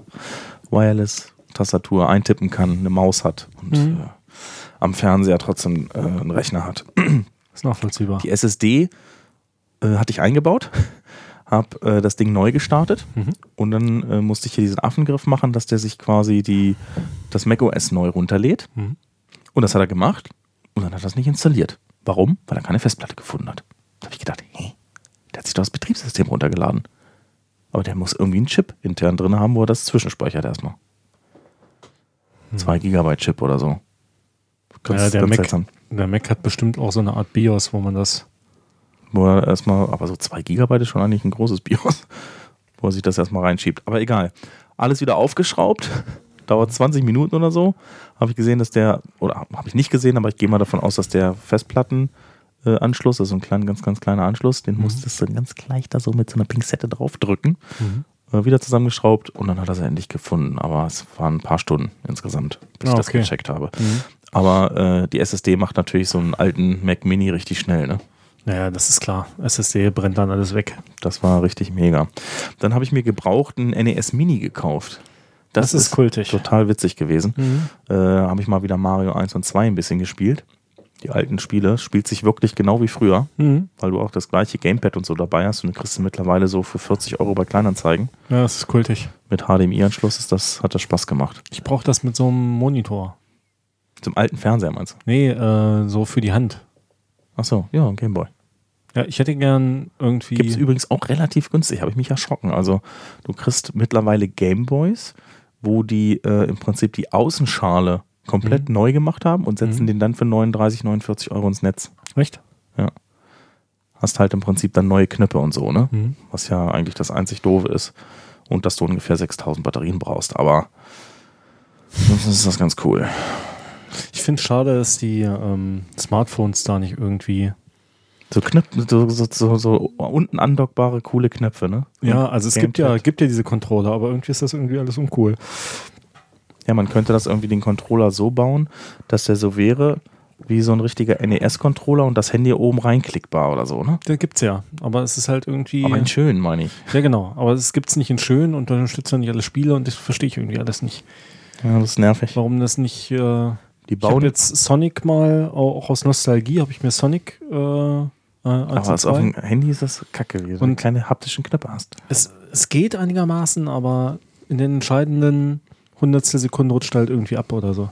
A: Wireless-Tastatur eintippen kann, eine Maus hat und äh, am Fernseher trotzdem äh, einen Rechner hat.
B: Ist nachvollziehbar.
A: Die SSD äh, hatte ich eingebaut, habe äh, das Ding neu gestartet und dann äh, musste ich hier diesen Affengriff machen, dass der sich quasi die, das macOS neu runterlädt. Und das hat er gemacht und dann hat er das nicht installiert. Warum? Weil er keine Festplatte gefunden hat. Da habe ich gedacht, hey, der hat sich doch das Betriebssystem runtergeladen. Aber der muss irgendwie einen Chip intern drin haben, wo er das zwischenspeichert erstmal. 2 Gigabyte Chip oder so.
B: ja, der,
A: seltsam.
B: Mac, der Mac hat bestimmt auch so eine Art BIOS, wo man das.
A: Wo er erstmal, aber so 2 Gigabyte ist schon eigentlich ein großes BIOS, wo er sich das erstmal reinschiebt. Aber egal. Alles wieder aufgeschraubt, dauert 20 Minuten oder so. Habe ich gesehen, dass der, oder habe ich nicht gesehen, aber ich gehe mal davon aus, dass der Festplattenanschluss, äh, Anschluss, also ein klein, ganz, ganz kleiner Anschluss,
B: Mhm.
A: den musstest du ganz gleich da so mit so einer Pinzette draufdrücken.
B: Mhm.
A: Äh, wieder zusammengeschraubt und dann hat er es endlich gefunden. Aber es waren ein paar Stunden insgesamt, bis
B: Ah,
A: ich das
B: okay. Mhm.
A: gecheckt habe. Aber äh, die SSD macht natürlich so einen alten Mac Mini richtig schnell, ne?
B: Naja, das ist klar. SSD brennt dann alles weg.
A: Das war richtig mega. Dann habe ich mir gebraucht einen NES Mini gekauft.
B: Das ist kultig. Mhm.
A: Total witzig gewesen. Äh, habe ich mal wieder Mario 1 und 2 ein bisschen gespielt. Die alten Spiele. Spielt sich wirklich genau wie früher,
B: Mhm.
A: weil du auch das gleiche Gamepad und so dabei hast. Und du kriegst du mittlerweile so für 40 Euro bei Kleinanzeigen.
B: Ja, das ist kultig.
A: Mit HDMI-Anschluss ist das, hat das Spaß gemacht.
B: Ich brauche das mit so einem Monitor.
A: Zum alten Fernseher meinst du?
B: Nee, äh, so für die Hand.
A: Achso, ja, ein Gameboy.
B: Ja, ich hätte gern irgendwie.
A: Gibt es übrigens auch relativ günstig, habe ich mich erschrocken. Also du kriegst mittlerweile Gameboys, wo die äh, im Prinzip die Außenschale komplett
B: Mhm.
A: neu gemacht haben und setzen den dann für 39, 49 Euro ins Netz.
B: Recht?
A: Hast halt im Prinzip dann neue Knöpfe und so, ne?
B: Mhm.
A: Was ja eigentlich das einzig Doofe ist. Und dass du ungefähr 6000 Batterien brauchst. Aber sonst ist das ganz cool.
B: Ich finde es schade, dass die ähm, Smartphones da nicht irgendwie.
A: So, Knöpfe, so, so, so, so unten andockbare, coole Knöpfe, ne?
B: Ja, also es gibt ja,
A: Gamepad.
B: gibt ja diese Controller, aber irgendwie ist das irgendwie alles uncool.
A: Ja, man könnte das irgendwie den Controller so bauen, dass der so wäre wie so ein richtiger NES-Controller und das Handy oben reinklickbar oder so, ne?
B: Da gibt's ja, aber es ist halt irgendwie.
A: Aber in schön, meine ich.
B: ja, genau. Aber es gibt's nicht in schön und dann unterstützt er nicht alle Spiele und das verstehe ich irgendwie alles nicht.
A: Ja, das ist nervig.
B: Warum das nicht.
A: Die
B: Äh, ich hab
A: bauen jetzt.
B: jetzt Sonic mal, au- auch aus Nostalgie, habe ich mir Sonic. Äh, äh, eins
A: Aber
B: und
A: ist auf
B: zwei.
A: dem Handy ist das kacke, wie du
B: Und-
A: keine haptischen Knöpfe hast.
B: es, es geht einigermaßen, aber in den entscheidenden hundertstel Sekunden rutscht halt irgendwie ab oder so.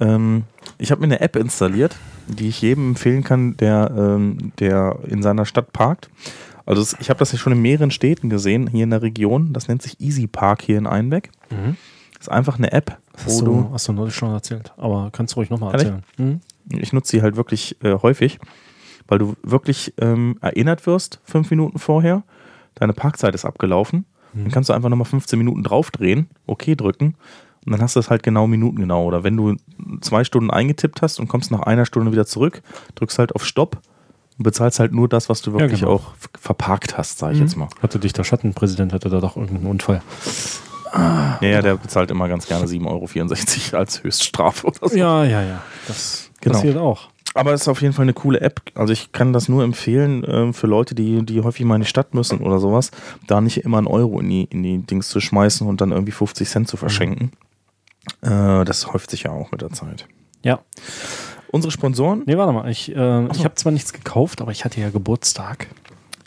A: Ähm, ich habe mir eine App installiert, die ich jedem empfehlen kann, der, ähm, der in seiner Stadt parkt. Also es, ich habe das ja schon in mehreren Städten gesehen, hier in der Region. Das nennt sich Easy Park hier in Einbeck. Ist einfach eine App, wo
B: Hast
A: du
B: du, hast du neulich schon erzählt. Aber kannst du ruhig nochmal
A: Kann ich?
B: erzählen. Hm?
A: ich nutze sie halt wirklich äh, häufig, weil du wirklich ähm, erinnert wirst, fünf Minuten vorher, deine Parkzeit ist abgelaufen.
B: Mhm.
A: Dann kannst du einfach nochmal 15 Minuten draufdrehen, OK drücken und dann hast du es halt genau Minuten genau. Oder wenn du zwei Stunden eingetippt hast und kommst nach einer Stunde wieder zurück, drückst halt auf Stopp und bezahlst halt nur das, was du wirklich
B: genau. Mhm.
A: auch f- verparkt hast, sage ich jetzt mal.
B: Hatte dich der Schattenpräsident, hatte da doch irgendeinen Unfall. Ah,
A: Ja,
B: genau.
A: ja, der bezahlt immer ganz gerne 7,64 Euro als Höchststrafe oder so.
B: Ja, ja, ja. Das
A: Genau.
B: passiert auch.
A: Aber es ist auf jeden Fall eine coole App. Also ich kann das nur empfehlen ähm, für Leute, die, die häufig mal in die Stadt müssen oder sowas, da nicht immer einen Euro in die, in die Dings zu schmeißen und dann irgendwie 50 Cent zu verschenken. Äh, das häuft sich ja auch mit der Zeit.
B: Ja.
A: Unsere Sponsoren.
B: Nee, warte mal. Ich, äh,
A: so.
B: ich habe zwar nichts gekauft, aber ich hatte ja Geburtstag.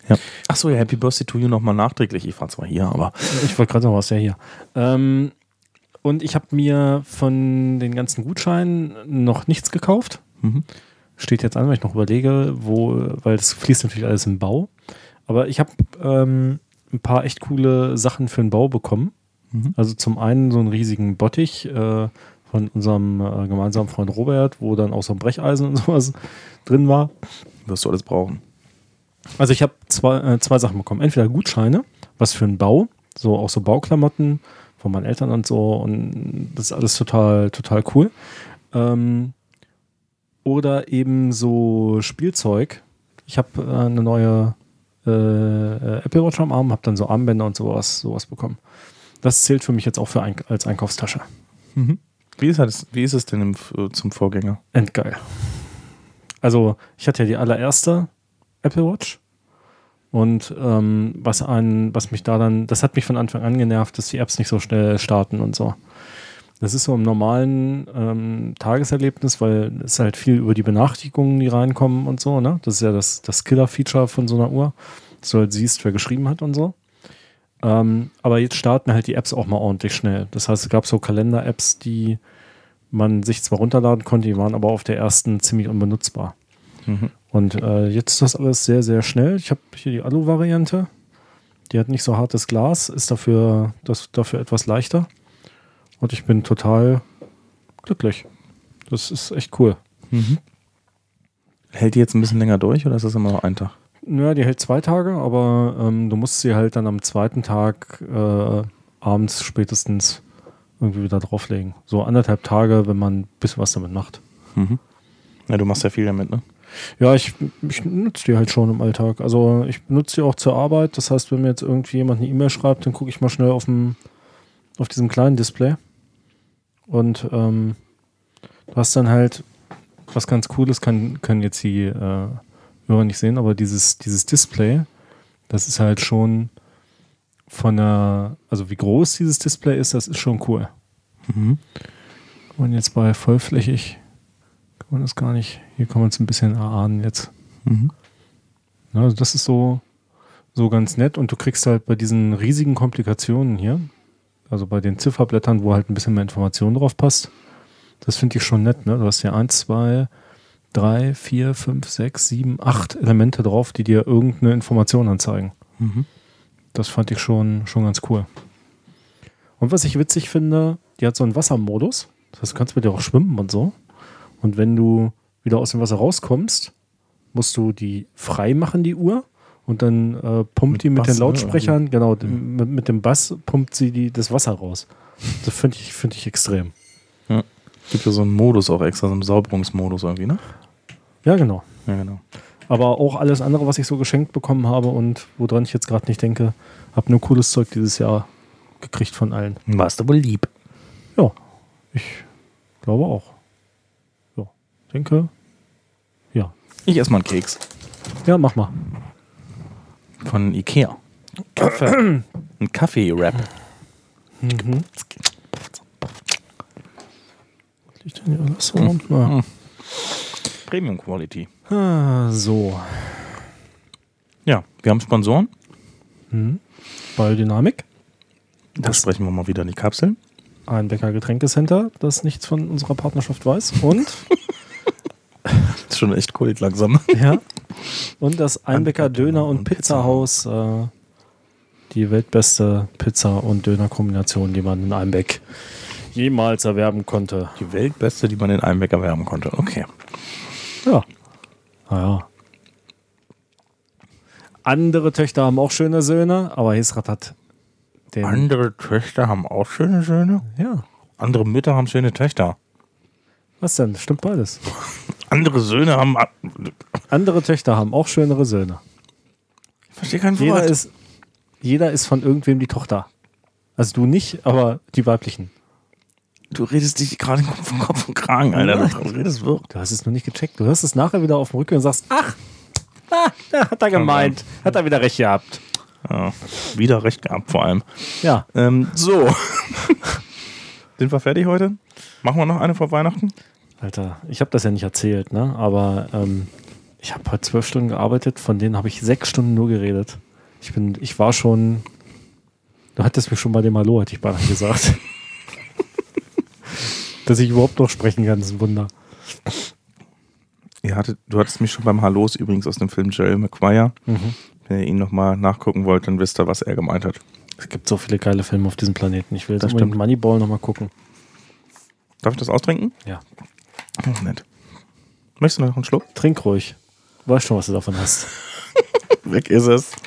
A: Ja. Achso, ja, Happy Birthday to you nochmal nachträglich. Ich war zwar hier, aber
B: Ich wollte gerade sagen, was ja hier. Ähm, und ich habe mir von den ganzen Gutscheinen noch nichts gekauft. Steht jetzt an, weil ich noch überlege, wo, weil das fließt natürlich alles im Bau. Aber ich habe ähm, ein paar echt coole Sachen für den Bau bekommen. Also zum einen so einen riesigen Bottich äh, von unserem äh, gemeinsamen Freund Robert, wo dann auch so ein Brecheisen und sowas drin war.
A: wirst du alles brauchen.
B: Also ich habe zwei, äh, zwei Sachen bekommen. Entweder Gutscheine, was für einen Bau, so auch so Bauklamotten von meinen Eltern und so. Und das ist alles total, total cool. Ähm, oder eben so Spielzeug. Ich habe äh, eine neue äh, äh, Apple Watch am Arm, habe dann so Armbänder und sowas, sowas bekommen. Das zählt für mich jetzt auch für ein, als Einkaufstasche.
A: Wie ist, das, wie ist es denn im, äh, zum Vorgänger?
B: Endgeil. Also, ich hatte ja die allererste Apple Watch. Und ähm, was, einen, was mich da dann, das hat mich von Anfang an genervt, dass die Apps nicht so schnell starten und so. Das ist so im normalen ähm, Tageserlebnis, weil es halt viel über die Benachrichtigungen, die reinkommen und so, ne? Das ist ja das, das Killer-Feature von so einer Uhr, dass du halt siehst, wer geschrieben hat und so. Ähm, aber jetzt starten halt die Apps auch mal ordentlich schnell. Das heißt, es gab so Kalender-Apps, die man sich zwar runterladen konnte, die waren aber auf der ersten ziemlich unbenutzbar. Und äh, jetzt ist das alles sehr, sehr schnell. Ich habe hier die Alu-Variante. Die hat nicht so hartes Glas, ist dafür, das, dafür etwas leichter. Und ich bin total glücklich. Das ist echt cool.
A: Hält die jetzt ein bisschen länger durch oder ist das immer noch ein Tag?
B: Naja, die hält zwei Tage, aber ähm, du musst sie halt dann am zweiten Tag äh, abends spätestens irgendwie wieder drauflegen. So anderthalb Tage, wenn man ein bisschen was damit macht.
A: Ja, du machst ja viel damit, ne?
B: Ja, ich, ich nutze die halt schon im Alltag. Also ich benutze die auch zur Arbeit. Das heißt, wenn mir jetzt irgendwie jemand eine E-Mail schreibt, dann gucke ich mal schnell auf, dem, auf diesem kleinen Display. Und ähm, du hast dann halt, was ganz cool ist, kann, können jetzt die äh, Hörer nicht sehen, aber dieses, dieses Display, das ist halt schon von der, also wie groß dieses Display ist, das ist schon cool. Und jetzt bei vollflächig kann man das gar nicht, hier kann man es ein bisschen erahnen jetzt. Na, also das ist so, so ganz nett und du kriegst halt bei diesen riesigen Komplikationen hier, also bei den Zifferblättern, wo halt ein bisschen mehr Information drauf passt, das finde ich schon nett. Ne? Du hast hier 1, 2, 3, 4, 5, 6, 7, 8 Elemente drauf, die dir irgendeine Information anzeigen.
A: Mhm.
B: Das fand ich schon, schon ganz cool. Und was ich witzig finde, die hat so einen Wassermodus. Das heißt, du kannst mit dir auch schwimmen und so. Und wenn du wieder aus dem Wasser rauskommst, musst du die frei machen, die Uhr. Und dann äh, pumpt die mit
A: Bass,
B: den
A: ne? mhm.
B: Lautsprechern, genau, d- mit, mit dem Bass pumpt sie die, das Wasser raus. Das finde ich, find ich extrem.
A: Ja. Gibt ja so einen Modus auch extra, so einen Sauberungsmodus irgendwie, ne?
B: Ja, genau.
A: Ja, genau.
B: Aber auch alles andere, was ich so geschenkt bekommen habe und woran ich jetzt gerade nicht denke, habe nur cooles Zeug dieses Jahr gekriegt von allen.
A: Warst du wohl lieb?
B: Ja, ich glaube auch. Ja, denke. Ja.
A: Ich esse mal einen Keks.
B: Ja, mach mal.
A: Von Ikea. Kaffee. Ein Kaffee-Wrap.
B: Liegt denn hier alles rum? Na.
A: Premium Quality.
B: Hm. Ah, so.
A: Ja, wir haben Sponsoren.
B: Biodynamik.
A: Da sprechen wir mal wieder in die Kapseln.
B: Ein Bäcker Getränkecenter, das nichts von unserer Partnerschaft weiß. Und,
A: Ist schon echt cool, langsam.
B: ja, und das Einbäcker Döner und Pizzahaus, äh, die weltbeste Pizza- und Dönerkombination, die man in Einbeck jemals erwerben konnte.
A: Die Weltbeste, die man in einem Weg erwerben konnte. Okay.
B: Ja. Naja. Andere Töchter haben auch schöne Söhne, aber Hesrat hat den.
A: Andere Töchter haben auch schöne Söhne.
B: ja.
A: Andere Mütter haben schöne Töchter.
B: Was denn? Stimmt beides.
A: Andere Söhne haben. ah,
B: Andere Töchter haben auch schönere Söhne.
A: Ich verstehe keinen
B: Jeder
A: Wort.
B: ist, jeder ist von irgendwem die Tochter. Also du nicht, aber die weiblichen.
A: Du redest dich gerade vom Kopf und Kragen, Alter. Du redest wirr.
B: Du hast es nur nicht gecheckt. Du hörst es nachher wieder auf dem Rücken und sagst, ach, ah, da hat er gemeint. Hat er wieder recht gehabt.
A: Ähm, Ja, wieder recht gehabt, vor allem.
B: Ja.
A: Ähm, so. Sind wir fertig heute? Machen wir noch eine vor Weihnachten?
B: Alter, ich habe das ja nicht erzählt, ne? Aber ähm, ich habe heute zwölf Stunden gearbeitet, von denen habe ich sechs Stunden nur geredet. Ich bin, ich war schon. Du hattest mich schon bei dem Hallo, hatte ich beinahe gesagt. Dass ich überhaupt noch sprechen kann, ist ein Wunder.
A: Ihr hattet, du hattest mich schon beim Hallos übrigens aus dem Film Jerry Maguire. Wenn ihr ihn nochmal nachgucken wollt, dann wisst ihr, was er gemeint hat.
B: Es gibt so viele geile Filme auf diesem Planeten. Ich will jetzt
A: Das
B: unbedingt
A: stimmt.
B: Moneyball nochmal gucken.
A: Darf ich das austrinken?
B: Ja.
A: Oh, nett. Möchtest du noch einen Schluck?
B: Trink ruhig. Du weißt schon, was du davon hast.
A: Weg ist es.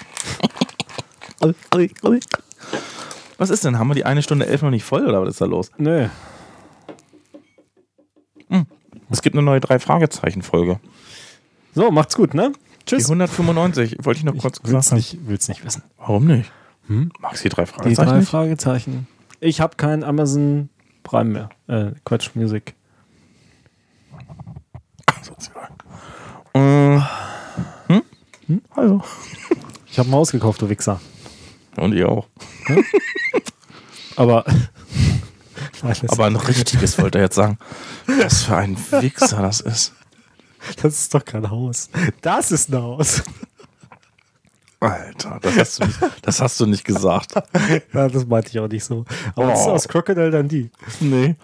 A: Was ist denn? Haben wir die eine Stunde elf noch nicht voll oder was ist da los?
B: Nö.
A: Es gibt eine neue Drei-Fragezeichen-Folge.
B: So, macht's gut, ne?
A: Die
B: Tschüss.
A: 195, wollte ich noch kurz gesagt ne? haben.
B: nicht, will's nicht wissen.
A: Warum nicht? Magst du die drei
B: Die
A: Fragezeichen?
B: drei
A: nicht?
B: Fragezeichen. Ich habe kein Amazon Prime mehr. Äh, Quatsch, Music.
A: sozusagen. Äh, hm? Hallo.
B: Ich habe ein Haus gekauft, du Wichser.
A: Und ihr auch.
B: Aber.
A: Aber ein richtiges wollte er jetzt sagen. Was für ein Wichser das ist.
B: das ist doch kein Haus. Das ist ein Haus.
A: Alter, das hast du nicht, das hast du nicht gesagt.
B: Ja, das meinte ich auch nicht so. Aber das ist
A: Oh.
B: aus Crocodile Dundee.
A: Nee.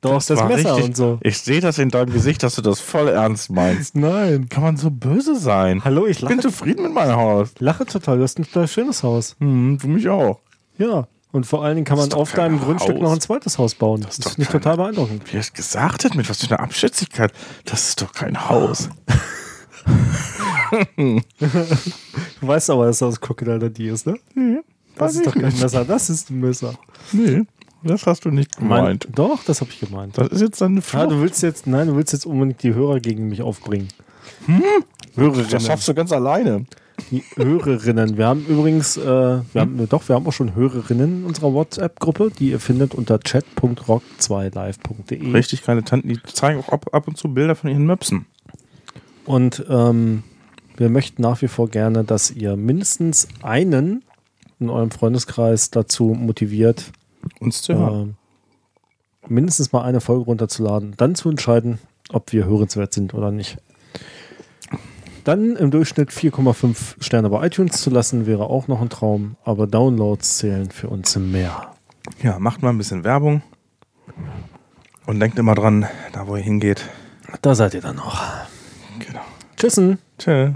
B: Doch, das,
A: war
B: Messer
A: richtig-
B: und so.
A: Ich sehe das in deinem Gesicht, dass du das voll ernst meinst.
B: Nein.
A: Kann man so böse sein?
B: Hallo, ich
A: Ich bin
B: lache,
A: zufrieden mit meinem Haus.
B: lache total. Du hast ein total schönes Haus.
A: Hm, für mich auch.
B: Ja. Und vor allen Dingen kann man
A: ist doch
B: auf deinem
A: kein
B: Grundstück
A: Haus.
B: noch ein zweites Haus bauen. Das,
A: ist doch
B: finde ich
A: kein-
B: total beeindruckend.
A: Wie er es gesagt hat, mit was für einer Abschätzigkeit. Das ist doch kein Haus.
B: Du weißt aber, dass das aus Crocodile Dundee ist, ne? Das
A: weiß
B: ist doch
A: ich
B: kein
A: nicht.
B: Messer. Das ist ein Messer.
A: Nee, das hast du nicht
B: Mein,
A: gemeint.
B: doch, das habe ich gemeint.
A: Das ist jetzt deine
B: Ja,
A: Flucht.
B: du willst jetzt, nein, du willst jetzt unbedingt die Hörer gegen mich aufbringen.
A: Hm? das schaffst du ganz alleine.
B: Die Hörerinnen. Wir haben übrigens, äh, wir haben,
A: Hm?
B: ne, doch, wir haben auch schon Hörerinnen in unserer WhatsApp-Gruppe, die ihr findet unter chat.rock2live.de.
A: Richtig geile Tanten, die zeigen auch ab, ab und zu Bilder von ihren Möpsen.
B: Und ähm, wir möchten nach wie vor gerne, dass ihr mindestens einen in eurem Freundeskreis dazu motiviert,
A: Uns zu hören.
B: ähm, mindestens mal eine Folge runterzuladen, dann zu entscheiden, ob wir hörenswert sind oder nicht. Dann im Durchschnitt 4,5 Sterne bei iTunes zu lassen, wäre auch noch ein Traum, aber Downloads zählen für uns mehr.
A: Ja, macht mal ein bisschen Werbung. Und denkt immer dran, da wo ihr hingeht.
B: Da seid ihr dann noch.
A: Genau.
B: Tschüssen!
A: Tschö.